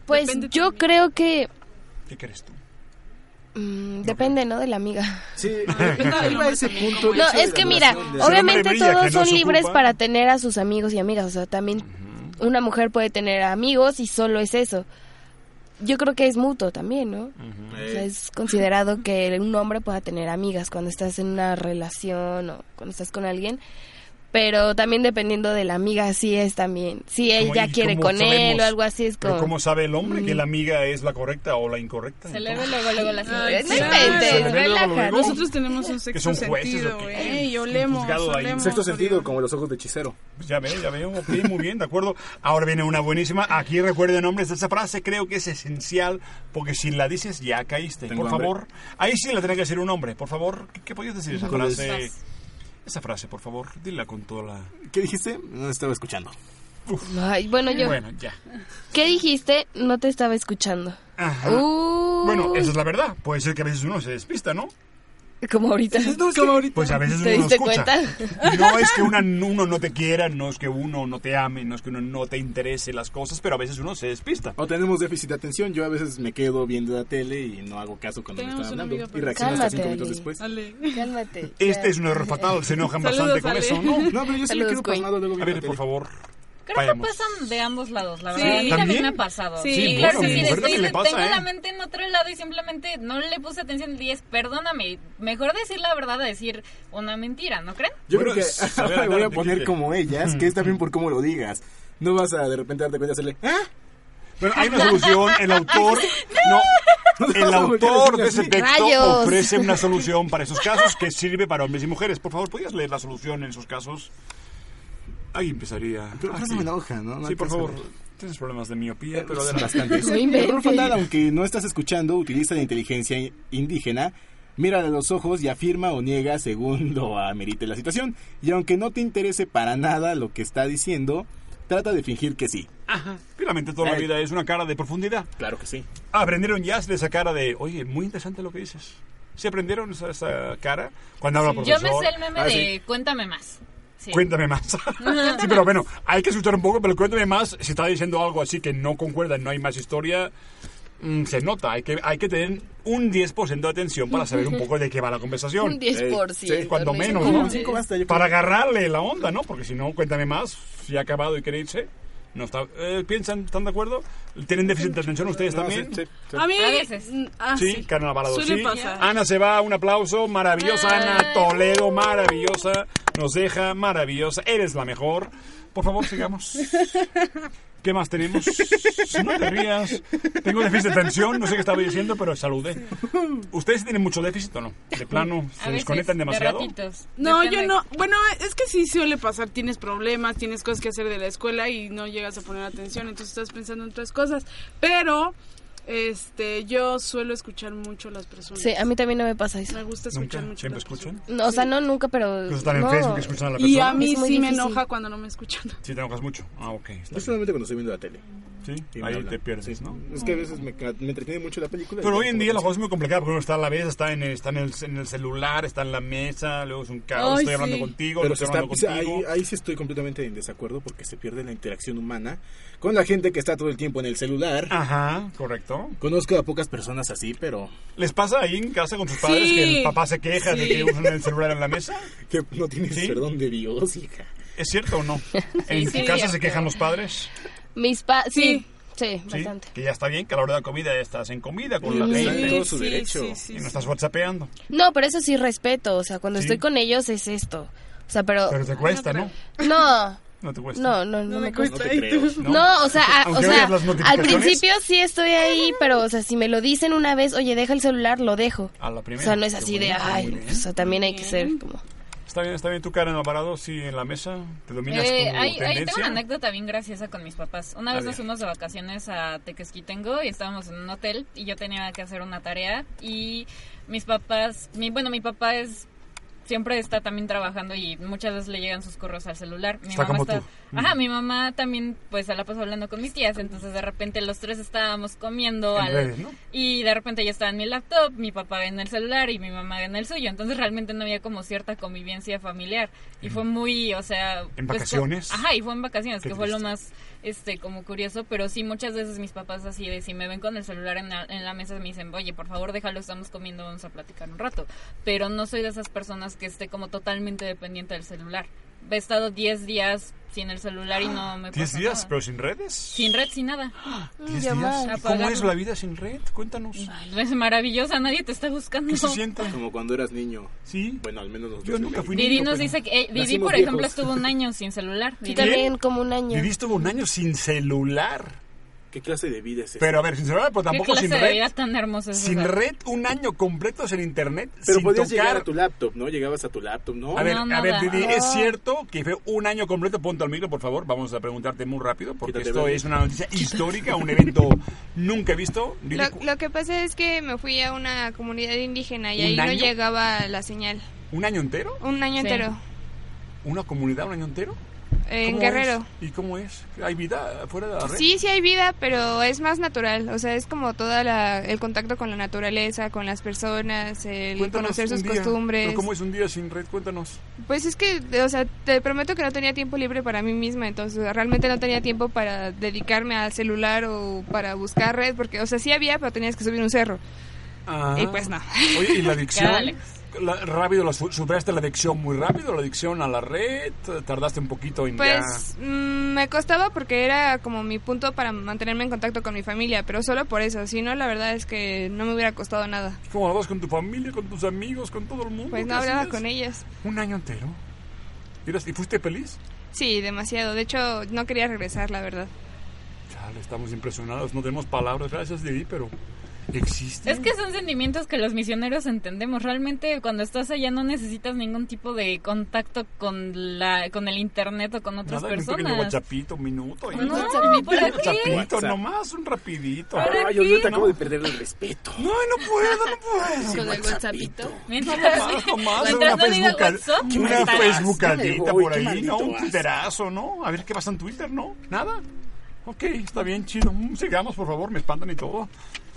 Pues yo creo que ¿Qué crees tú? mm, depende, pues. ¿no? De la amiga. Sí, depende de iba a ese punto. el No, hecho de es la que mira, relación de- obviamente Si el hombre brilla, que todos no son se libres ocupa, para tener a sus amigos y amigas, o sea, también una mujer puede tener amigos y solo es eso. Yo creo que es mutuo también, ¿no? O sea, es considerado que un hombre pueda tener amigas cuando estás en una relación o cuando estás con alguien, pero también dependiendo de la amiga, sí es también. Si ¿Cómo- ella y quiere cómo con él sabemos? o algo así, es ¿Pero como... ¿Cómo sabe el hombre que Mm. la amiga es la correcta o la incorrecta? Se le ve luego, luego la Ay, No sí. inventes, Se le ve luego, relájate. luego. Nosotros tenemos un sexto son jueces sentido, o qué? güey. Y Un olemos, juzgado ahí. olemos. Sexto sentido, como los ojos de hechicero. Pues Ya veo, ya veo. Ok, muy bien, de acuerdo. Ahora viene una buenísima. Aquí recuerden nombres de esa frase. Creo que es esencial porque si la dices ya caíste. Tengo por hambre. favor. Ahí sí la tiene que decir un hombre. Por favor, ¿qué, qué podías decir esa ¿Cuál es? frase? Esa frase, por favor. Dila con toda la... ¿Qué dijiste? No estaba escuchando. Ay, bueno, yo... Bueno, ya. ¿Qué dijiste? No te estaba escuchando. Ajá. Uh, Uy. Bueno, esa es la verdad. Puede ser que a veces uno se despista, ¿no? Como ahorita. Como ahorita. Pues a veces ¿Te uno no diste escucha. cuenta? No es que una- uno no te quiera, no es que uno no te ame, no es que uno no te interese las cosas, pero a veces uno se despista. O tenemos déficit de atención. Yo a veces me quedo viendo la tele y no hago caso cuando me Tenemos están una hablando. amiga Y reacciono hasta cinco minutos después. Cálmate. Este es un error fatal, se enojan bastante con eso, ¿no? No, pero yo sí me quedo pasmado luego A viendo ver, por favor. Creo que vayamos. pasan de ambos lados, la Sí. verdad. A mí ¿También? también me ha pasado. Sí, Sí, claro bueno, que sí. a mi mujer Estoy, también le pasa, tengo ¿eh? la mente en otro lado y simplemente no le puse atención al 10. Perdóname. Mejor decir la verdad a decir una mentira, ¿no creen? Yo Bueno, creo que es- ahora a ver, me voy a adelante, poner Quique. como ellas, que es también por cómo lo digas. No vas a de repente darte cuenta y hacerle, ¿ah? Bueno, hay una solución, el autor... No. El autor de ese texto Rayos. ofrece una solución para esos casos que sirve para hombres y mujeres. Por favor, ¿podrías leer la solución en esos casos? Ahí empezaría. Pero Ah, pásame sí. la hoja, ¿no? No sí, por alcanzo a favor. Tienes problemas de miopía, pero Son adelante. bastantes. Error fatal, aunque no estás escuchando, utiliza la inteligencia in- indígena, mira a los ojos y afirma o niega según lo amerite la situación. Y aunque no te interese para nada lo que está diciendo, trata de fingir que sí. Finalmente toda la Eh. vida es una cara de profundidad. Claro que sí. Aprendieron ya de esa cara de, oye, muy interesante lo que dices. ¿Se aprendieron esa, esa cara? Cuando habla Yo profesor. me sé el meme Ah, de sí. cuéntame más. Sí. Cuéntame más. sí, pero bueno, hay que escuchar un poco, pero cuéntame más. Si está diciendo algo así que no concuerda, no hay más historia, mm, se nota. Hay que, hay que tener un 10% de atención para saber un poco de qué va la conversación. Un 10%, Sí, cuando no menos, es ¿no? un cinco basta, para agarrarle la onda, ¿no? Porque si no, cuéntame más, si ha acabado y quiere irse. No está, eh, ¿Piensan? ¿Están de acuerdo? ¿Tienen déficit de atención ustedes No, también? sí, A mí... A veces. mm, ah, sí, Ah. Carmen Alvarado, Suele sí. pasar. Ana se va, un aplauso, maravillosa Ana Toledo, maravillosa. Nos deja maravillosa. Eres la mejor. Por favor, sigamos. ¿Qué más tenemos? No te rías. Tengo déficit de atención, no sé qué estaba diciendo, pero saludé. ¿Ustedes tienen mucho déficit o no? De plano, A se veces, desconectan de demasiado. ratitos. No, Depende. yo no. Bueno, es que sí suele pasar. Tienes problemas, tienes cosas que hacer de la escuela y no llegas a poner atención. Entonces estás pensando en otras cosas. Pero, este, yo suelo escuchar mucho a las personas. Sí, a mí también no me pasa eso. Me gusta escuchar mucho. ¿Siempre escuchan? No, o sea, no nunca, pero. Pues están en no. Facebook, escuchan a la Y persona. a mí Es muy sí me difícil. enoja cuando no me escuchan. Sí, te enojas mucho. Ah, ok. Yo solamente cuando estoy viendo la tele. Sí, Y me ahí hablan. te pierdes, Sí. ¿no? Es que a veces me, ca- me entretiene mucho la película. Pero hoy en día la cosa es muy complicada porque uno está a la vez, está en el, está en el, en el celular, está en la mesa, luego es un caos, Ay, estoy hablando sí. contigo, Pero no se estoy está- hablando o sea, contigo. ahí, ahí sí estoy completamente en desacuerdo porque se pierde la interacción humana con la gente que está todo el tiempo en el celular. Ajá, correcto. Conozco a pocas personas así, pero... ¿Les pasa ahí en casa con sus padres Sí. que el papá se queja de Sí. que usan el celular en la mesa? Que no tienes perdón de Dios, hija. ¿Es cierto o no? ¿En sí, tu es casa cierto. se quejan los padres? Mis pa sí, sí, Sí, bastante. que ya está bien, que a la hora de la comida ya estás en comida con la Sí, gente. está en todo su sí, derecho. sí, sí, y no estás whatsappeando. No, pero eso sí respeto. O sea, cuando Sí. estoy con ellos es esto. O sea, pero. Ah, Pero te cuesta, ¿no? No. Pues No te cuesta. No, no, no, me cuesta. No te creo. No, o sea, a- o Aunque sea veas las al notificaciones. principio sí estoy ahí, pero o sea, si me lo dicen una vez, oye, deja el celular, lo dejo. A la primera. O sea, no es Qué así de, bueno, muy ay, bien. o sea, también hay que ser como... Está bien, está bien tu cara en Alvarado, sí, en la mesa. ¿Te dominas Eh, tu hay, hay- tendencia? tengo una anécdota bien graciosa con mis papás. Una A vez ver. nos fuimos de vacaciones a Tequesquitengo y estábamos en un hotel y yo tenía que hacer una tarea y mis papás, mi, bueno, mi papá es siempre está también trabajando y muchas veces le llegan sus correos al celular. Mi Está mamá como tú. Ajá, mi mamá también pues se la pasó hablando con mis tías, entonces de repente los tres estábamos comiendo En al- redes, ¿no? y de repente ya estaba en mi laptop, mi papá en el celular y mi mamá en el suyo, entonces realmente no había como cierta convivencia familiar y fue muy, o sea, ¿En pues, vacaciones? Ajá, y fue en vacaciones, Qué que fue lo triste. más, este, como curioso, pero sí, muchas veces mis papás así de, si me ven con el celular en la, en la mesa, me dicen, oye, por favor, déjalo, estamos comiendo, vamos a platicar un rato, pero no soy de esas personas que esté como totalmente dependiente del celular. He estado 10 días sin el celular y no me ¿Diez pasa días, nada. pero sin redes? Sin red, sin nada. ¿Diez días? ¿Y ¿Cómo Apagado. es la vida sin red? Cuéntanos. Es maravillosa, nadie te está buscando. Como cuando eras niño. Sí. Bueno, al menos los Yo nunca fui Didi nos dice que... eh, Didi, por ejemplo, estuvo un año sin celular. Y Didi. también como un año. Viví estuvo un año sin celular. ¿Qué clase de vida es esa? Pero a ver, sin celular, pero tampoco ¿Qué sin clase de red. vida tan hermosa es Sin esa? red, un año completo sin internet, Pero sin podías tocar. llegar a tu laptop, ¿no? Llegabas a tu laptop, ¿no? A ver, a ver, Didi, No. ¿es cierto que fue un año completo? Ponte al micro, por favor. Vamos a preguntarte muy rápido, porque Quítate, esto Didi. es una noticia histórica, un evento nunca visto. Didi, Lo, cu- lo que pasa es que me fui a una comunidad indígena y ¿Un ahí no año? llegaba la señal. ¿Un año entero? Un año Sí. entero. ¿Una comunidad un año entero? En ¿Cómo Guerrero. es? ¿Y cómo es? ¿Hay vida fuera de la red? Sí, sí hay vida, pero es más natural. O sea, es como todo el contacto con la naturaleza, con las personas, el Cuéntanos conocer sus un día. costumbres. ¿Pero ¿Cómo es un día sin red? Cuéntanos. Pues es que, o sea, te prometo que no tenía tiempo libre para mí misma, entonces realmente no tenía tiempo para dedicarme al celular o para buscar red, porque, o sea, sí había, pero tenías que subir un cerro. Ah. Y pues no. Oye, ¿y la adicción? Dale. La- rápido, la, su- ¿superaste la adicción muy rápido? ¿La adicción a la red? ¿Tardaste un poquito en Pues mm, me costaba porque era como mi punto para mantenerme en contacto con mi familia, pero solo por eso, si no, la verdad es que no me hubiera costado nada. ya...? ¿Cómo hablabas con tu familia, con tus amigos, con todo el mundo? Pues ¿Qué no hablaba hacías? con ellas. ¿Un año entero? Eras- ¿Y fuiste feliz? Sí, demasiado. De hecho, no quería regresar, la verdad. Chale, estamos impresionados, no tenemos palabras. Gracias, Didi, pero existe. Es que son sentimientos que los misioneros entendemos. Realmente cuando estás allá no necesitas ningún tipo de contacto con la con el internet o con otras Nada, un pequeño personas. WhatsAppito, un minuto. No, un ¿para qué? WhatsAppito, WhatsApp. nomás, un rapidito. ¿Para Ay, yo- yo te qué? acabo de perder el respeto. No, no puedo, no puedo. Con el WhatsAppito. Mientras, No más, mientras una no diga Facebook, WhatsApp, una estarás. Facebookadita Uy, por qué ahí, ¿no? maldito Un vas. Twitterazo, ¿no? A ver qué pasa en Twitter, ¿no? Nada. Ok, está bien, chido. Mm, Sigamos, por favor, me espantan y todo.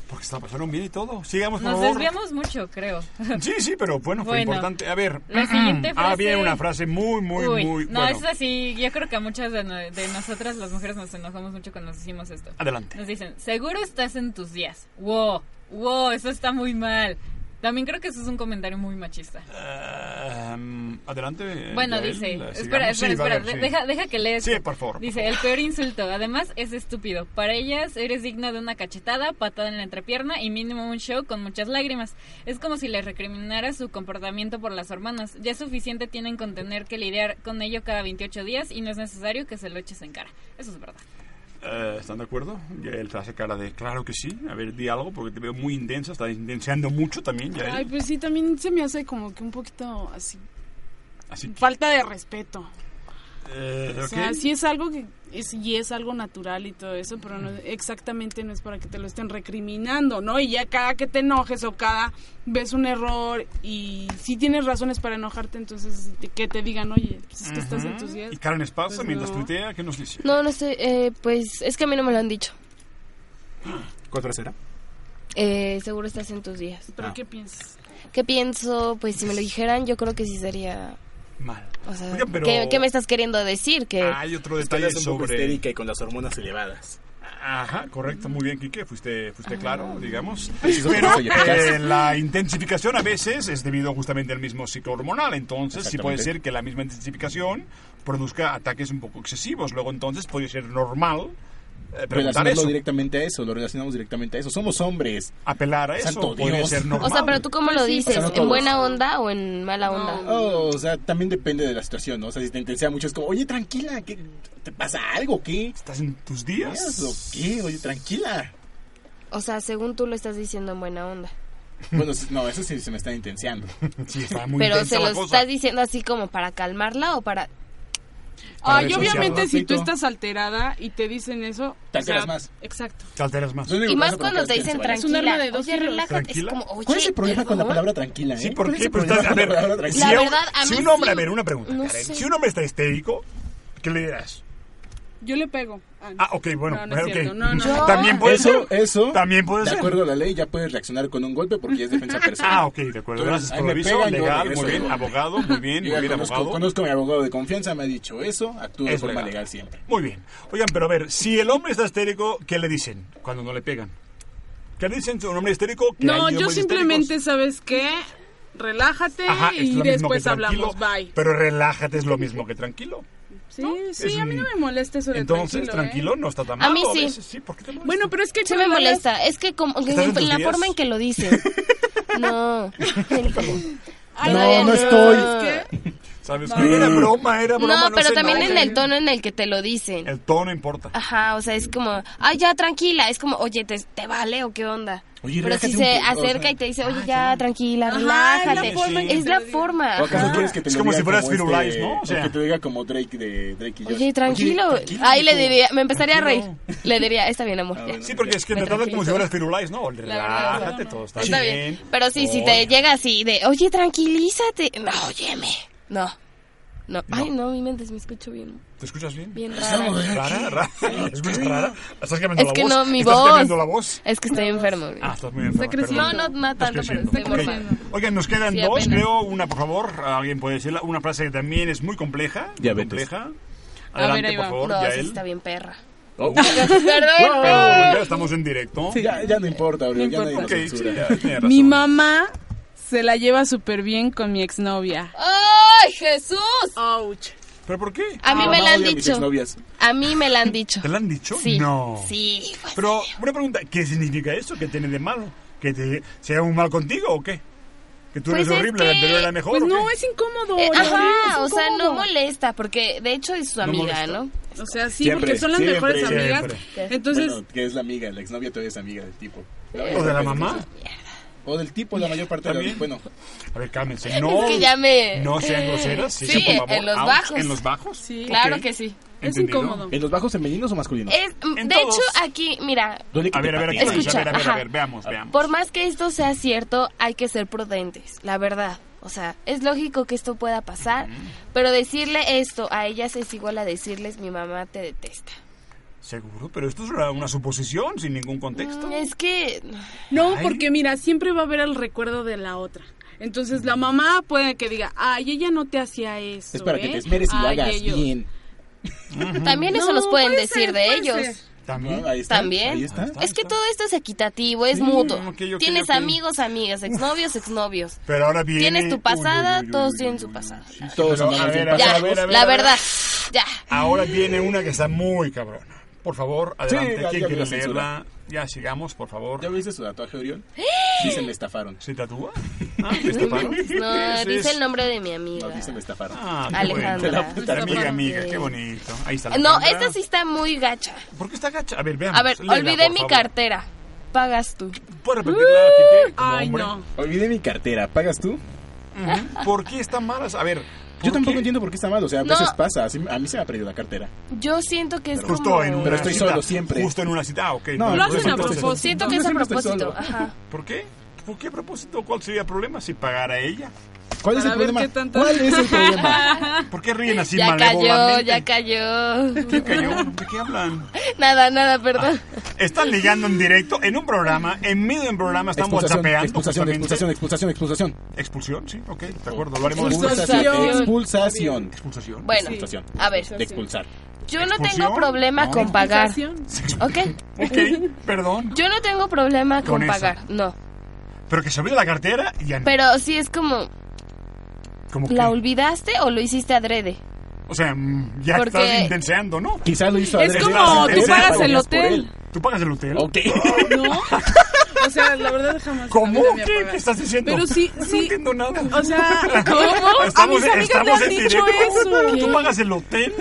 Porque está pasaron bien y todo. Sigamos, por Nos favor. desviamos mucho, creo. Sí, sí, pero bueno, fue Bueno, importante. A ver. la siguiente Ah, frase- viene una frase muy, muy, Uy, muy. no, bueno. es así. Yo creo que a muchas de, no- de nosotras, las mujeres, nos enojamos mucho cuando nos hicimos esto. Adelante. Nos dicen, seguro estás en tus días. Wow, wow, eso está muy mal. También creo que eso es un comentario muy machista. Ah, Ehm, adelante. Bueno, Yael, dice, la espera, espera, sigamos. Sí, va a espera, ver, de- sí. deja, deja que lees. Sí, por favor. Dice, el peor insulto, además es estúpido. Para ellas eres digno de una cachetada, patada en la entrepierna y mínimo un show con muchas lágrimas. Es como si les recriminara su comportamiento por las hormonas. Ya es suficiente tienen con tener que lidiar con ello cada 28 días y no es necesario que se lo eches en cara. Eso es verdad. Eh, ¿Están de acuerdo? Ya él te hace cara de claro que sí. A ver, di algo porque te veo muy intensa. Estás intenseando mucho también, Yael. Ay, pues sí, también se me hace como que un poquito así. Así. Falta de respeto. Eh, O ok. sea, sí es algo que es, y es algo natural y todo eso, pero no, exactamente no es para que te lo estén recriminando, ¿no? Y ya cada que te enojes o cada ves un error y si tienes razones para enojarte, entonces te- que te digan, oye, pues es que estás Ujú. en tus días. Y Karen Esparza, Pues mientras no. tuitea, ¿qué nos dice? No, no sé, eh, pues es que a mí no me lo han dicho. ¿Cuál frasera? Eh, seguro estás en tus días. ¿Pero qué piensas? ¿Qué pienso? Pues si me lo dijeran, yo creo que sí sería... Mal. O sea, Oiga, pero- Ah, ¿qué, qué me estás queriendo decir? Que... Hay otro detalle Estás un poco sobre- histérica y con las hormonas elevadas. Ajá, correcto, muy bien, Quique, fuiste, fuiste claro, digamos. Sí, sí, Pero soy eficaz. eh, la intensificación a veces es debido justamente al mismo ciclo hormonal, entonces sí puede Exactamente. ser que la misma intensificación produzca ataques un poco excesivos, luego entonces puede ser normal eh, preguntar Relacionarlo eso, directamente a eso, lo relacionamos directamente a eso. Somos hombres. apelar a eso, Santo puede Dios. ser normal. O sea, pero tú cómo lo dices, O sea, Pues no ¿en todos. buena onda o en mala onda? Oh, o sea, también depende de la situación, ¿no? O sea, si te intensea mucho es como, oye, tranquila, ¿qué, ¿te pasa algo o qué? ¿Estás en tus días? ¿O qué? Oye, tranquila. O sea, según tú lo estás diciendo en buena onda. Bueno, s- no, eso sí se me está intenseando. sí, está pero se lo estás diciendo así como para calmarla o para... Ay, Para obviamente desociarla. si tú estás alterada y te dicen eso... Te o sea, alteras más. Exacto. Te alteras más. Y más cuando te dicen Es un tranquila, arma de dos oye, tiros. relájate, es como, oye, ¿Cuál es el problema con la perdón. palabra tranquila? Sí, eh? ¿por ¿Cuál es qué? el Pero problema estás- a con la ver, palabra si, tranquila? La a un- verdad, a si mí un hombre, sí. a ver, una pregunta, No Karen, sé. si un hombre está histérico, ¿qué le dirás? Yo le pego. Ah, no. Ah, ok, bueno, No, no es ok. cierto, no, no. Yo- También puede Eso, ser. eso. También puede De ser. acuerdo a la ley, ya puedes reaccionar con un golpe porque ya es defensa personal. Ah, ok, de acuerdo. Gracias por el aviso. Legal, muy bien. Abogado, muy bien, muy bien, conozco, abogado. Conozco a mi abogado de confianza, me ha dicho eso, actúa de Es forma legal. legal. siempre. Muy bien. Oigan, pero a ver, si el hombre está histérico, ¿qué le dicen cuando no le pegan? ¿Qué le dicen a un hombre histérico? Que No, hay yo hombres simplemente, ¿sabes qué? Relájate histéricos. Ajá, es y lo mismo que después tranquilo, hablamos, bye. Pero relájate es lo mismo que tranquilo. Sí, sí, Es a mí no un- me molesta eso de Entonces, tranquilo. tranquilo ¿eh? no está tan A malo. mí sí. veces, ¿por qué te molesta? Bueno, pero es que Se me cada vez- molesta, es que como, ¿Estás en en tus la días? forma en que lo dice. No. Ay, Todavía no estoy. ¿Sabes qué? Era broma, era broma. No, pero se también en enojen. el tono en el que te lo dicen. El tono importa. Ajá, o sea, es como, ay, ya, tranquila. Es como, oye, ¿te, te vale o qué onda? Oye, Pero si relájate se un poco, o acerca sea. "Ah, y te dice, oye, ya, tranquila, Ajá, es la relájate. forma en que Es te la lo digo. forma. ¿O acaso ajá. quieres que te Es lo como diga si fueras este- Firulais, ¿no? O O sea. que te lo diga como Drake de Drake y Josh. Oye, tranquilo. Ahí le diría, me empezaría a reír. Le diría, está bien, amor. ya. Ah, Sí, porque es que Me te tratan como si tranquilizo. fueras Firulais, ¿no? Relájate, todo está, bien. Pero sí, si te llega así de, oye, tranquilízate. No, óyeme. No. No. Ay, no, mi mente se me escucho bien. ¿Te escuchas bien? Bien rara. ¿Rara? ¿Rara? ¿Escuchas rara? ¿Estás cambiando Es la que voz? no, mi ¿Estás voz. cambiando la voz? Es que estoy enfermo. Ah, estás muy enferma. creciendo. No, no, no tanto, pero estoy enferma. enferma. Oigan, nos quedan Sí, dos, apenas. creo. Una, por favor. Alguien puede decirla. Una frase que también es muy compleja. muy Diabetes. compleja. A ver, Adelante, ahí por va. favor, No, sí Yael. está bien perra. Oh. Perdón. Pero ya estamos en directo. Sí, ya, ya no importa, Aurelio, ya nadie Ok, nos sí, censura. ya, tiene Mi razón. mamá se la lleva súper bien con mi exnovia. ¡Ay, Jesús! ¿Pero por qué? A mí Mi me mamá la han odia a mis dicho. exnovias. A mí me la han dicho. ¿Te la han dicho? Sí. No. Sí. Pero una pregunta, ¿qué significa eso? ¿Qué tiene de malo? ¿Que te, sea un mal contigo o qué? ¿Que tú Pues eres es horrible, la que- anterior era mejor? Pues o no, qué? es incómodo. Eh, Jordi, es ajá, o sea, no incómodo. molesta, porque de hecho es su No amiga, molesta. ¿no? O sea, sí, Siempre, porque son las siempre, mejores siempre. amigas. Entonces, Bueno, que es la amiga, la exnovia todavía es amiga del tipo. ¿O de la mamá? O del tipo, la mayor parte de También. los... Bueno, A ver, cálmense. No, Es que ya me- no sean groseras. Sí, Sí, por favor. en los Ouch, bajos. ¿En los bajos? Sí. Claro Ok. que sí. es Entendido. Eh, incómodo. ¿en los bajos femeninos o masculinos? Es, mm, de todos. hecho, aquí, mira, Duele que A te ver, a ver, pateen. aquí lo dice, Escucha, a ver, a ver, a ajá. ver, veamos, Ah, veamos. Por más que esto sea cierto, hay que ser prudentes, la verdad. O sea, es lógico que esto pueda pasar, pero decirle esto a ellas es igual a decirles mi mamá te detesta. Seguro, pero esto es una, una suposición sin ningún contexto. Mm, Es que No, Ay. porque mira, siempre va a haber el recuerdo de la otra. Entonces la mamá puede que diga, ay, ella no te hacía eso. Es para que ¿eh? te esmeres y lo Ay, hagas ellos". bien. también eso No, nos pueden puede decir ser, de puede ellos. ser. También. Ah, Ah, Ahí está, También. ahí está. Es que todo esto es equitativo, es Sí, mutuo. ok, ok, Tienes ok. amigos, amigas, exnovios, exnovios. Pero ahora viene... Tienes tu pasada, todos tienen su pasada. Todos Ya, la verdad, ya. Ahora viene una que está muy cabrona. Por favor, adelante. Sí, ya- ¿Quién ya quiere vi la censura. leerla? Ya sigamos, por favor. ¿Ya viste su tatuaje, Orión? ¡Eh! Sí, se me estafaron. ¿Se tatúa? Ah, No, Ese dice es- el nombre de mi amiga. No, dice me estafaron. Ah, qué Alejandra. bonito. La puta amiga, Alejandra. amiga, qué bonito. Ahí está. No, Alejandra. esta sí está muy gacha. ¿Por qué está gacha? A ver, veamos. A ver, léela, olvidé por mi favor. cartera. Pagas tú. ¿Puedes repetirla, Kike? Como Ay, hombre. no. Olvidé mi cartera, ¿pagas tú? Ujú. ¿Por qué está mala? A ver, Yo tampoco entiendo por qué está mal, o sea, a No. veces pasa, así- a mí se me ha perdido la cartera. Yo siento que es Pero justo como... en un- Pero estoy solo siempre. Justo en una cita, ah, ok. No, Lo hacen a entonces- propósito. Siento que es a siempre estoy propósito. solo. Ajá. ¿Por qué? ¿Por qué a propósito? ¿Cuál sería el problema si pagara ella? ¿Cuál es el problema? ¿Cuál es el problema? ¿Por qué ríen así Ya cayó, malévolamente? ya cayó. ¿De qué hablan? Ah, Nada, nada, perdón. Están ligando en directo, en un programa, en medio de un programa, están Expulsación, whatsappeando. expulsación, justamente. expulsación, expulsación, expulsación. Expulsión, sí, ok, de acuerdo, lo haremos. Expulsación. Expulsación. Expulsación. Expulsación. Bueno, Expulsación. a ver. De expulsar. Yo no ¿Expulsión? tengo problema No. con pagar. ¿Ok? Ok, perdón. Yo no tengo problema Con con, eso. pagar, no. Pero que se olvide la cartera y ya. Pero sí es como, como que- ¿la olvidaste o lo hiciste adrede? o sea, mm, ya Porque- estás intenseando, ¿no? Quizás lo hizo Es adrede. como, tú Intenseando. pagas el hotel. Tú pagas el hotel. Ok. O sea, la verdad jamás. ¿Cómo? aprendí a ¿Qué? pagar. ¿Qué estás diciendo? Pero sí, sí. No entiendo nada. O sea, ¿cómo? Estamos, a mis amigas estamos les han en dicho directo. eso. ¿eh? ¿Tú pagas el hotel?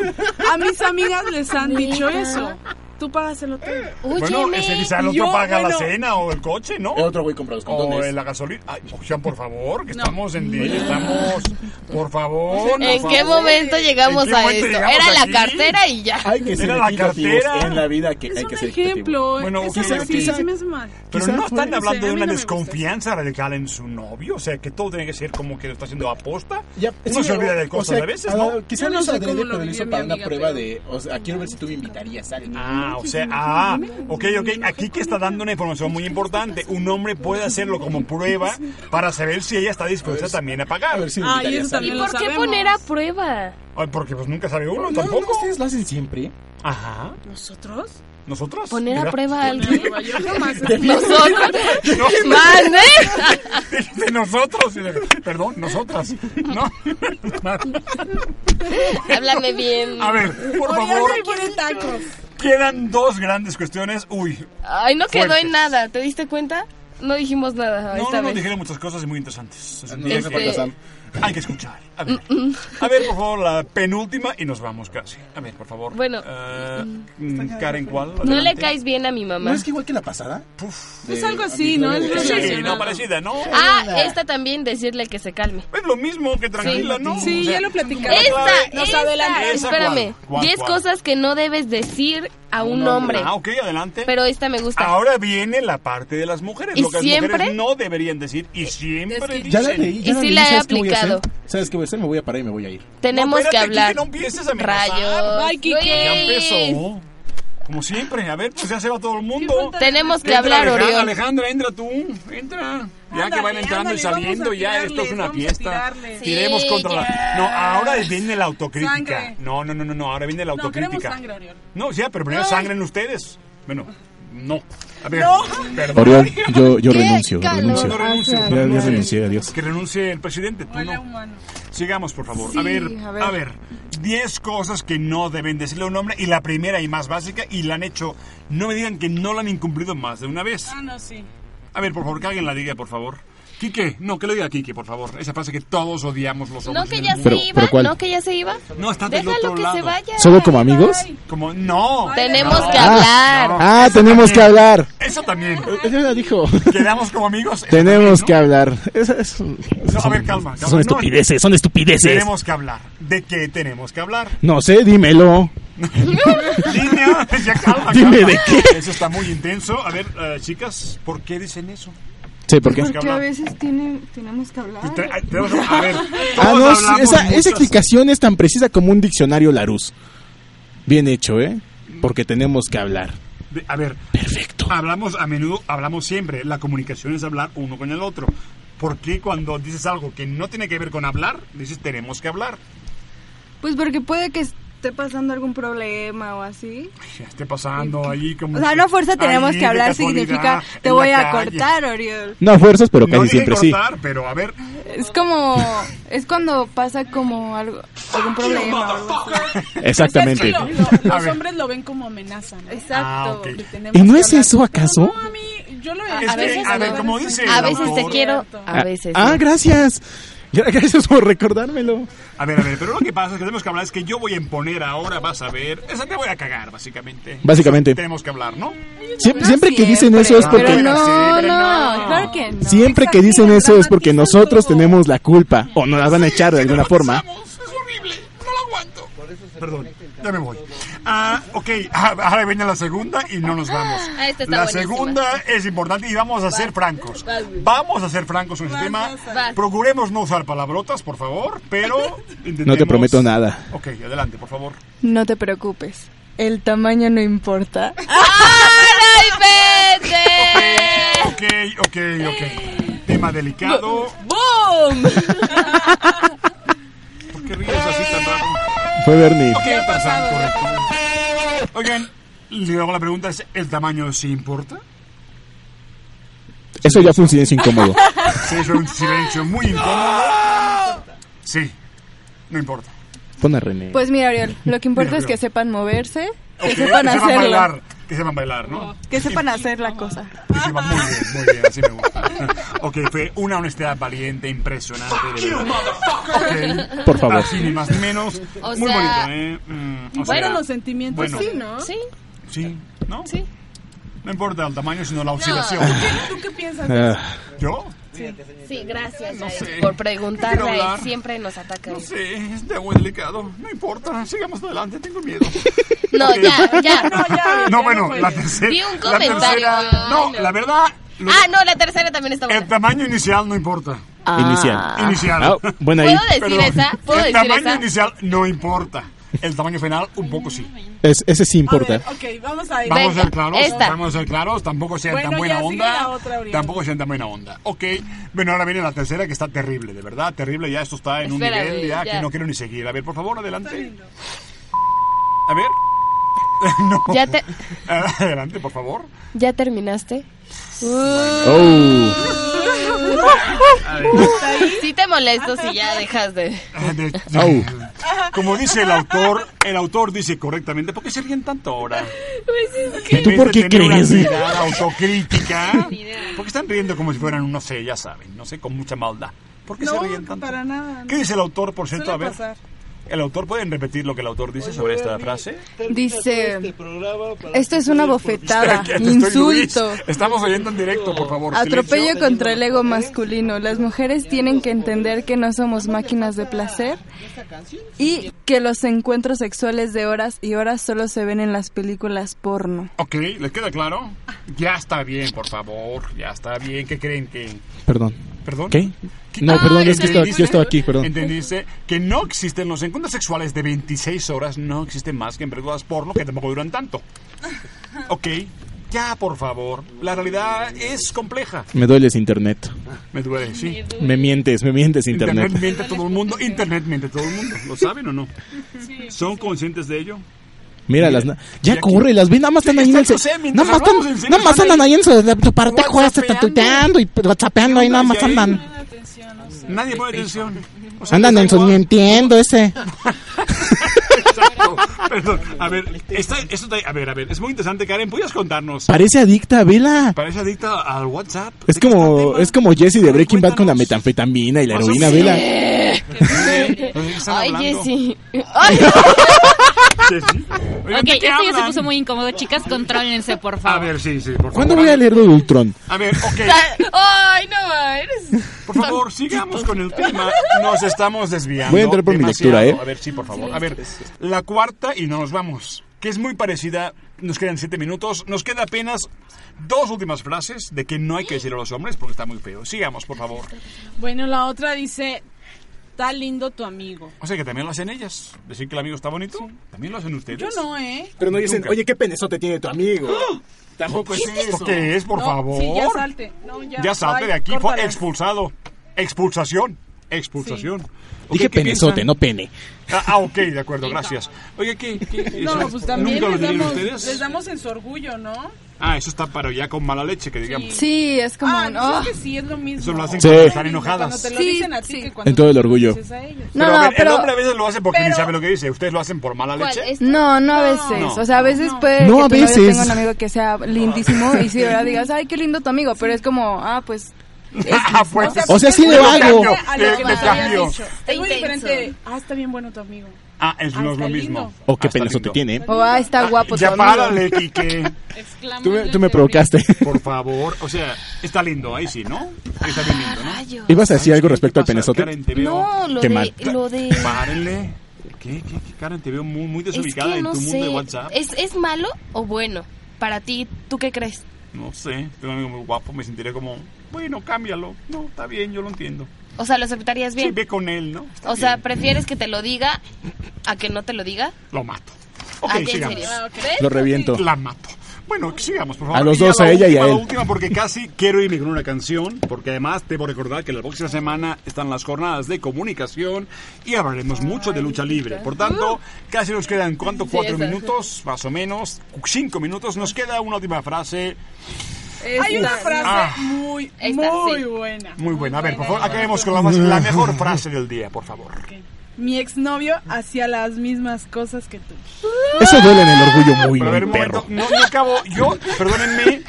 A mis amigas les han Neta. dicho eso. Tú pagas el hotel. Bueno, ese quizá el otro Yo, paga la bueno, cena o el coche, ¿no? El otro güey compra los O condones. eh, la gasolina. Ay, Ocean, por favor, que estamos en directo. Estamos. Por favor. ¿En por qué favor. momento llegamos ¿En qué a momento esto? llegamos Era aquí? la cartera y ya. Hay que ser Era la equitativos cartera. en la vida, que hay que ser equitativos. Ejemplo, Bueno, eso quizá- sí, quizá- se me hace mal. Pero Quizá no fue- están no hablando sé, a de mí una no me gusta. desconfianza radical en su novio. O sea, que todo tiene que ser como que lo está haciendo aposta. Ya, Uno sí, se olvida o- de o cosas sea, a veces, ah, ¿no? Quizá Yo no no hizo sé cómo adrede, lo pero lo vivió hizo mi para una amiga, prueba pero- de. O sea, quiero ver si tú me invitarías a alguien. Ah, o sea, ah, ok, ok. Aquí que está dando una información muy importante. Un hombre puede hacerlo como prueba para saber si ella está dispuesta también a A pagar. ver si me Ah, y invitarías eso a alguien. también ¿Por lo qué sabemos. poner a prueba? Ay, Porque pues nunca sabe uno No, tampoco. no, ustedes lo hacen siempre. Ajá. ¿Nosotros? ¿Nosotros? ¿Poner Mira, a prueba a alguien? Yo jamás. Nosotros. No, ¡Man, eh! de nosotros. y de- Perdón, nosotras. No. Háblame bien. A ver, por favor. Oriana pone tacos. Quedan dos grandes cuestiones. Uy, Ay, no quedó Fuertes. en nada, ¿te diste cuenta? No dijimos nada no, esta no, no, vez. dijeron muchas cosas muy interesantes. Así Este, No que- hace falta, Sam. Hay que escuchar. A ver. Mm, a ver, por favor, la penúltima y nos vamos casi. A ver, por favor. Bueno. Eh, mm, Karen, ¿cuál? No le Adelante. caes bien a mi mamá. ¿No es que igual que la pasada? Es De- algo así, amigo ¿no? de- Es Sí, Sí, no, relacionado. parecida, ¿no? Ah, esta también decirle que se calme. Es lo mismo que tranquila, ¿no? Sí, O sea, ya lo platicamos. Esta, Nos esta, adelantamos. Esa, espérame. ¿cuál? ¿Cuál, 10 cuál? cosas que no debes decir a un hombre. Ah, ok, adelante. Pero esta me gusta. Ahora viene la parte de las mujeres, ¿Y lo que siempre? Eh, las mujeres no deberían decir y siempre Ya la dicen. leí, ya Y la sí leí, la he ¿sabes qué voy a hacer? aplicado. ¿Sabes qué voy a hacer? Me voy a parar y me voy a ir. Tenemos No, espérate, que hablar. Kike, no empieces a amenazar. Rayos. Ay, Kike. Pues Ya Luis. empezó. Como siempre, a ver, pues ya se va todo el mundo. Tenemos que Entra hablar, Alejandra, Orión. Alejandra, entra tú, entra. Ya Ándale, que van entrando ándale, y saliendo, vamos a ya tirarles, esto es una vamos a fiesta. tirarles. Tiremos Sí, contra la... No, ahora viene la autocrítica. Sangre. No, no, no, no, no, ahora viene la No, queremos autocrítica. sangre, Orión. No, sí, pero primero sangre en ustedes. Bueno, no. A ver, No. perdón. Orión, yo, yo Qué renuncio, calor. No renuncio. renuncio. Ya, ya renuncié, adiós. Que renuncie el presidente, tú Huele a no. humano. Sigamos, por favor. Sí, a ver, a ver. a ver. 10 cosas que no deben decirle a un hombre y la primera y más básica y la han hecho. No me digan que no la han incumplido más de una vez. Ah, no, sí. A ver, por favor, que alguien la diga, por favor. Quique, no, que lo diga Quique, por favor. Esa frase que todos odiamos los hombres. No que del ya mundo. se Pero- iba, pero ¿cuál? no que ya se iba. No, está del Déjalo otro que lado. se vaya. ¿Solo como amigos? Como, no. Tenemos No, que hablar. Ah, tenemos que hablar. Eso también. Ya la dijo. Quedamos como amigos. eso Tenemos que también, hablar. Es, es- No, a ver, calma, calma. Son No. estupideces, son ¿no? estupideces. Tenemos que hablar. ¿De qué tenemos que hablar? No sé, dímelo. Dime, ah, ya calma, Dime, calma. ¿de qué? Eso está muy intenso. A ver, eh, chicas, ¿por qué dicen eso? Sí, ¿por qué? Tenemos que Porque a hablar. veces tienen, tenemos que hablar. Pues te- ah, tenemos- a ver, Ah, todos no, sí, hablamos esa, muchas- esa explicación es tan precisa como un diccionario Larus. Bien hecho, ¿eh? Porque tenemos que hablar. de- A ver, Perfecto. hablamos a menudo, hablamos siempre. La comunicación es hablar uno con el otro. ¿Por qué cuando dices algo que no tiene que ver con hablar, dices tenemos que hablar? Pues porque puede que esté pasando algún problema o así. Ya esté pasando ahí como... O sea, no a fuerza tenemos ahí, que hablar, de casualidad, significa te en voy la a calle. cortar, Oriol. No a fuerzas, pero casi no dije siempre sí. cortar, pero a ver... Es como, es cuando pasa como algo, algún problema. o algo así. Exactamente. Lo- lo- A los ver. hombres lo ven como amenaza. ¿no? Exacto. Ah, ok. ¿Y no es eso acaso? Yo lo Es que, a ver, como dice el autor- Ah, Ah, gracias. Gra- Gracias por recordármelo. A ver, a ver, pero lo que pasa es que tenemos que hablar es que yo voy a imponer ahora, vas a ver. Esa te voy a cagar, básicamente. Básicamente. Eso Tenemos que hablar, ¿no? Siempre, siempre que dicen eso es porque... Pero no, no, claro que no. Siempre que dicen eso es porque nosotros tenemos la culpa o nos la van a echar de alguna forma. Perdón, ya me voy. Ah, ok, ah, ahora viene la segunda y no nos vamos. Ah, esta está la buenísima. segunda es importante y vamos a ser francos. vas, güey. Vamos a ser francos con el Vas, tema. vas, vas. Procuremos no usar palabrotas, por favor, pero... No te intentemos- prometo nada. Ok, adelante, por favor. No te preocupes, el tamaño no importa. ¡Ah! Ok, ok, ok. Tema delicado. ¡Boom! ¿Por qué ríes así tan raro? Fue Bernie. Ok, Tarzán, correcto. Oigan, luego la pregunta es, ¿el tamaño sí importa? Eso ya fue un silencio incómodo. Sí, fue un silencio muy incómodo. Sí, no importa. Pon a René. Pues mira, Oriol, lo que importa Mira, es que sepan moverse, que Ok, sepan que sepan hacerlo. bailar, que sepan bailar, ¿no? Que sepan hacer la cosa. Que sepan muy bien, muy bien, así me gusta. Ok, fue una honestidad valiente, impresionante. de verdad. Ok, Por favor. Así ni más ni menos. O muy sea, bonito, ¿eh? Mm, o Bueno, sea, los sentimientos bueno. sí, ¿no? Sí. Sí, ¿no? Sí. No importa el tamaño, sino la oxidación. ¿Tú qué piensas? Ah. ¿Yo? Sí, gracias a él sé. por No preguntarle. quiero a hablar. él. Siempre nos ataca. No sé, es de agua delicado. No importa, sigamos adelante, tengo miedo. No, Ok. ya, ya. No, bueno, la tercera. Di un la tercera- comentario. no, la verdad, lo- Ah, no, la tercera también está buena. el tamaño inicial no importa. Ah. Inicial. Inicial. Ah, buena ahí. ¿Puedo decir esa? ¿Puedo el decir tamaño esa? inicial no importa. El tamaño final, un poco sí. Es- ese sí importa. Ok, vamos a ir. Vamos a ser claros, Esta. vamos a ser claros, tampoco sean Bueno, tan buena ya, sigue onda. la otra, Oriol. tampoco sean tan buena onda. Ok, bueno, ahora viene la tercera que está terrible, de verdad, terrible. Ya esto está en Espera, un nivel güey, ya, ya. que no quiero ni seguir. A ver, por favor, adelante. A ver. no. Ya te- Adelante, por favor. ¿Ya terminaste? Uh. Sí te molesto si ya dejas de... De- de- Como dice el autor, el autor dice correctamente, ¿por qué se ríen tanto ahora? En ¿Tú vez por de qué tener una crees? actividad autocrítica. ¿Por qué están riendo como si fueran, no sé, ya saben, no sé, con mucha maldad? ¿Por qué se ríen tanto? Para nada. ¿Qué dice el autor, por cierto? Suele A ver, pasar. ¿el autor pueden repetir lo que el autor dice sobre esta frase? Dice, esto es una bofetada, Aquí estoy, insulto. Luis. Estamos oyendo en directo, por favor. Atropello silencio. contra el ego masculino. Las mujeres tienen que entender que no somos máquinas de placer y que los encuentros sexuales de horas y horas solo se ven en las películas porno. Ok, ¿les queda claro? Ya está bien, por favor, ya está bien. ¿Qué creen que...? Perdón. ¿Perdón? ¿Qué? No, Ah, perdón, es que estoy, ¿entendiste? yo estoy aquí, perdón. Entendiste que no existen los encuentros sexuales de 26 horas, no existen más que en películas porno que tampoco duran tanto. Ok, ya por favor, la realidad es compleja. Me dueles internet. Me duele, sí. Me mientes, me mientes internet. miente a todo el mundo, internet miente a todo el mundo, ¿lo saben o no? ¿Son conscientes de ello? Mira las na- ya corre, las ve, nada más están ahí en el ce- sé, mientras nada más hablamos, están, en serio, nada más están andan ahí en su departajo, hasta tatuteando este, y whatsappeando ahí nada más andan. Nadie pone atención. O sea, Andan da en su igual. ni entiendo ese. Exacto. Perdón. A ver, está- esto está- a ver, a ver, es muy interesante, Karen, ¿podrías contarnos? Parece adicta, vela. Parece adicta al WhatsApp. Es como es como Jesse de Breaking Bad con la metanfetamina y Ah, la heroína, vela. Pues, Ay, Jessy. Ok, esto ya se puso muy incómodo. Chicas, contrólense, por A favor. ver, sí, sí, por favor. ¿Cuándo voy a leer lo de Ultron? A ver, ok. Ay, no, eres... Por favor, sigamos con el tema. Nos estamos desviando. Voy a entrar por mi demasiado. lectura, ¿eh? A ver, sí, por favor. A ver, la cuarta y nos vamos. Que es muy parecida. Nos quedan siete minutos. Nos queda apenas dos últimas frases de que no hay que decir a los hombres porque está muy feo. Sigamos, por favor. Bueno, la otra dice, está lindo tu amigo. O sea que también lo hacen ellas. Decir que el amigo está bonito, también lo hacen ustedes. Yo no, ¿eh? Pero no dicen, Nunca. oye, qué penezote tiene tu amigo. Tampoco es ¿Qué es eso. esto? ¿Qué es, por No, favor? Sí, ya salte. No, ya. Ya salte Ay, de aquí, fue córtala. expulsado. Expulsación. Expulsación. Ok, Dije ¿qué penezote, piensan? no pene. Ah, ah, ok, de acuerdo, gracias. Oye, ¿qué? qué- No, eso- pues también ¿Nunca lo les dirían damos, ustedes? les damos en su orgullo, ¿no? Ah, eso está para ya con mala leche, que digamos. Sí, es como... Ah, un, no. "Oh". es que sí, es lo mismo. Eso lo hacen Sí. cuando están Cuando enojadas. te lo Sí, dicen a ti que cuando En todo el te lo orgullo. dices a ellos. No, pero, a ver, pero- el hombre a veces lo hace porque ni pero- sabe lo que dice. Ustedes lo hacen por mala leche. No, no a veces. No. o sea, a veces No, puede que a todavía veces. tenga un amigo que sea lindísimo y si ahora digas, ay, qué lindo tu amigo, pero es como, ah, pues. Ah, pues. O sea, sí le le hago. cambio, A le- lo que le nos cambio. habían dicho. Es muy intenso. diferente. Ah, está bien bueno tu amigo. Ah, es, no es lo está mismo. O oh, qué penezote tiene. O, ah, está guapo tu Ya amigo. párale, Quique. Tú me, tú me provocaste. Por favor. O sea, está lindo ahí sí, ¿no? Está bien lindo, ¿no? ¿Ibas a decir algo respecto al penezote? Karen, te veo... No, lo Qué de, mal. lo de... Párenle. ¿Qué, qué, qué, Karen? Te veo muy, muy Es desubicada que en no tu mundo de sé, WhatsApp. ¿es, ¿es malo o bueno? Para ti, ¿tú qué crees? No sé. Tengo un amigo muy guapo. Me sentiré como... Bueno, cámbialo. No, está bien, yo lo entiendo. O sea, ¿lo aceptarías Sí, bien? ve con él, ¿no? Está o sea, bien. ¿prefieres que te lo diga a que no te lo diga? Lo mato. Ah, Ok, ¿en sigamos. serio? Lo reviento. La mato. Bueno, que sigamos, por favor. A los ya dos, la a ella y última, a la él. última, porque casi quiero irme con una canción, porque además debo recordar que la próxima semana están las jornadas de comunicación y hablaremos mucho de lucha libre. Por tanto, casi nos quedan, ¿cuánto? Cuatro esa. minutos, más o menos, cinco minutos. Nos queda una última frase Hay una frase Ah. muy, Esta, muy sí. buena. muy buena. A ver, por favor, acabemos con la, más- la mejor frase del día, por favor. Mi exnovio hacía las mismas cosas que tú. Eso duele en el orgullo muy, Pero a ver, un muy perro. momento, no, no acabo, yo, perdónenme,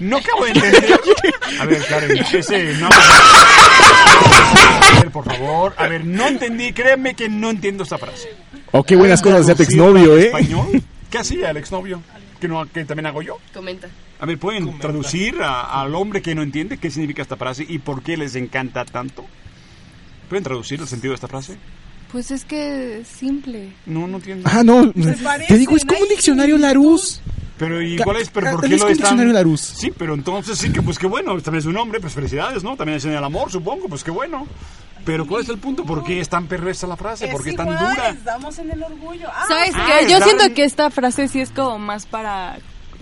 no acabo de entender. A ver, Karen, ese no. A ver, por favor, a ver, no entendí, créanme que no entiendo esta frase. O Oh, qué Ah, buenas cosas de tu exnovio, ¿eh? ¿Español? ¿Qué hacía el exnovio? ¿Que, no, que también hago yo? Comenta. A ver, ¿pueden traducir a- al hombre que no entiende qué significa esta frase y por qué les encanta tanto? ¿Pueden traducir el sentido de esta frase? Pues es que es simple. No, no entiendo. Ah, no. Te parecen, digo, es como Pues un hay diccionario Larus. Pero ¿y Ca- cuál es? ¿Pero ca- por tal qué vez lo con están? diccionario Larousse. Sí, pero entonces sí que pues qué bueno, también es un hombre, pues felicidades, ¿no? También es en el amor, supongo, pues qué bueno. Pero ¿cuál es el punto? ¿Por qué es tan perversa la frase? ¿Por qué es tan igual, dura? Estamos en el orgullo. Ah, ¿Sabes Ah, qué? Yo está- siento que esta frase sí es como más para.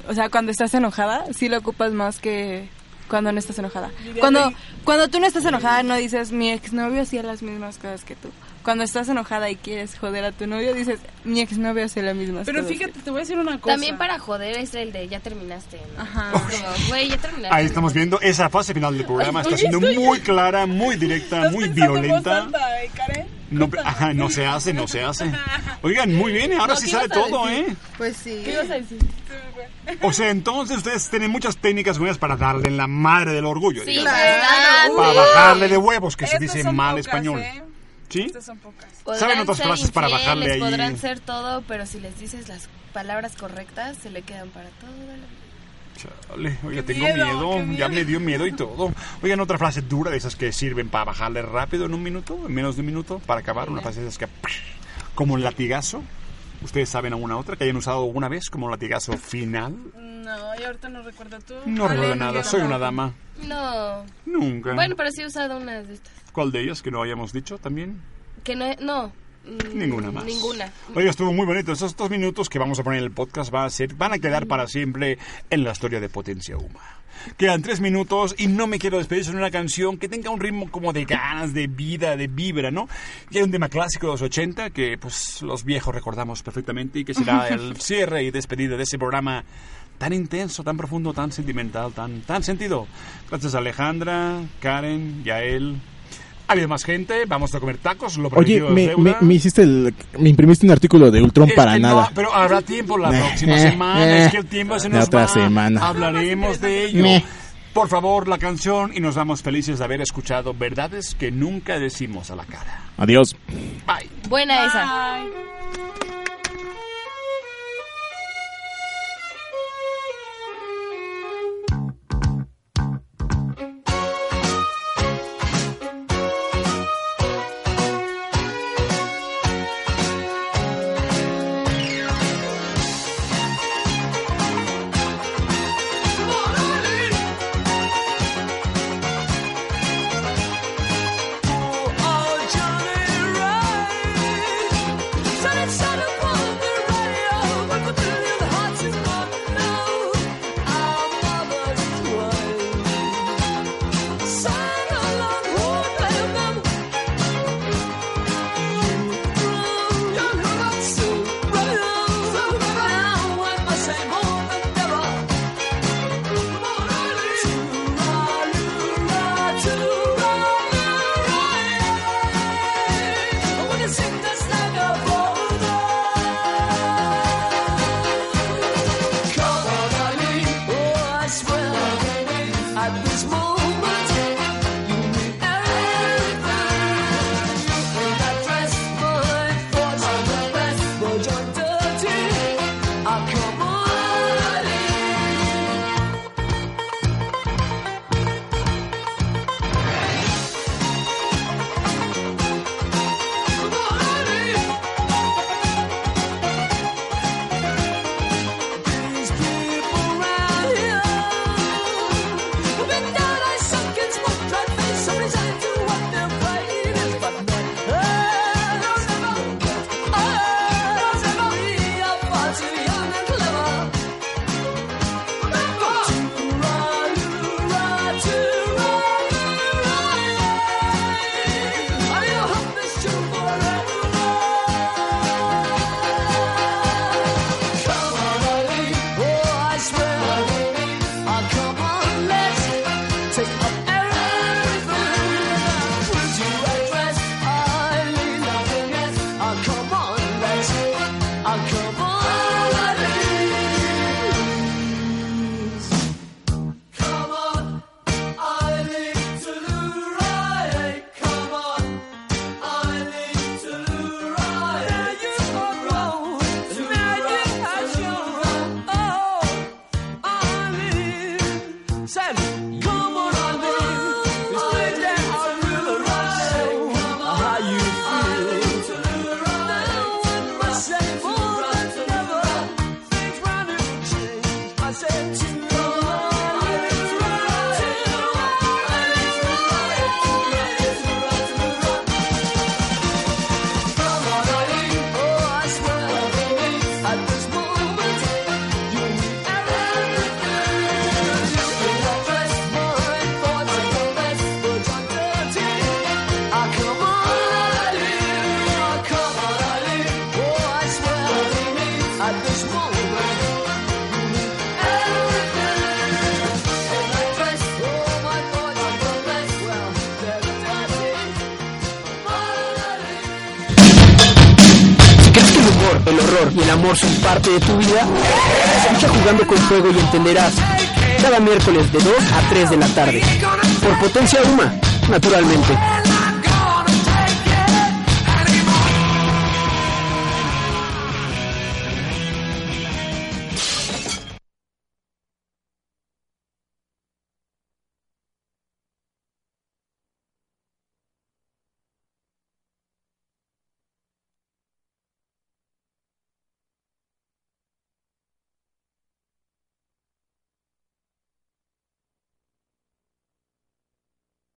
O sea, cuando estás enojada, sí la ocupas más que cuando no estás enojada. Cuando, cuando tú no estás enojada, no dices, mi exnovio hacía las mismas cosas que tú. Cuando estás enojada y quieres joder a tu novio, dices, mi exnovio hacía las mismas Pero cosas. que fíjate, te voy a decir una cosa. También para joder es el de ya terminaste. ¿no? Ajá. Es como, Güey, ya terminaste. Ahí estamos viendo esa fase final del programa, está Oye, siendo estoy- muy clara, muy directa, ¿Estás muy pensando en voz violenta. alta, eh, Karen? No, pe- ajá, no se hace, no se hace. Oigan, muy bien, ¿eh? ahora No, sí ¿qué sale ibas a todo, decir? ¿eh? Pues sí. ¿Qué ibas a decir? O sea, entonces ustedes tienen muchas técnicas buenas para darle en la madre del orgullo, Sí, digamos. bastante. Para bajarle de huevos, que se Estas dice en son mal pocas, español. ¿eh? ¿Sí? Estas son pocas. Podrán ¿Saben otras ser frases para infieles, bajarle ahí? Podrán ser todo, pero si les dices las palabras correctas, se le quedan para todo. Chale, oiga, Qué tengo miedo, miedo, qué ya miedo. me dio miedo y todo. Oigan, otra frase dura de esas que sirven para bajarle rápido en un minuto, en menos de un minuto, para acabar una frase de esas que... Como latigazo. ¿Ustedes saben alguna otra que hayan usado alguna vez como latigazo final? No, yo ahorita no recuerdo tú. No Ale, recuerdo no nada, quiero soy nada. una dama. No. Nunca. Bueno, pero sí he usado unas de estas. ¿Cuál de ellas que no hayamos dicho también? Que no. no mm, Ninguna más. Ninguna. Oiga, estuvo muy bonito. Esos dos minutos que vamos a poner en el podcast va a ser, van a quedar para siempre en la historia de Potencia Huma. Quedan tres minutos y no me quiero despedir sin una canción que tenga un ritmo como de ganas, de vida, de vibra, ¿no? Y hay un tema clásico de los 80 que pues los viejos recordamos perfectamente y que será el cierre y despedida de ese programa tan intenso, tan profundo, tan sentimental, tan, tan sentido. Gracias a Alejandra, Karen, Yael. Ha habido más gente, vamos a comer tacos, lo Oye, prometido es me, me, deuda. me hiciste el- me imprimiste un artículo de Ultron Es para que Este, no, nada. pero habrá tiempo la Eh, próxima eh, semana. eh. es que el tiempo se La nos otra va. semana. Hablaremos de ello. Meh. Por favor, la canción y nos vamos felices de haber escuchado verdades que nunca decimos a la cara. Adiós. Bye. Buena esa. Oh, Johnny Ray. Johnny, Johnny el horror y el amor son parte de tu vida, escucha Jugando con Fuego y entenderás. Cada miércoles de 2 a 3 de la tarde. Por Potencia Uma, naturalmente.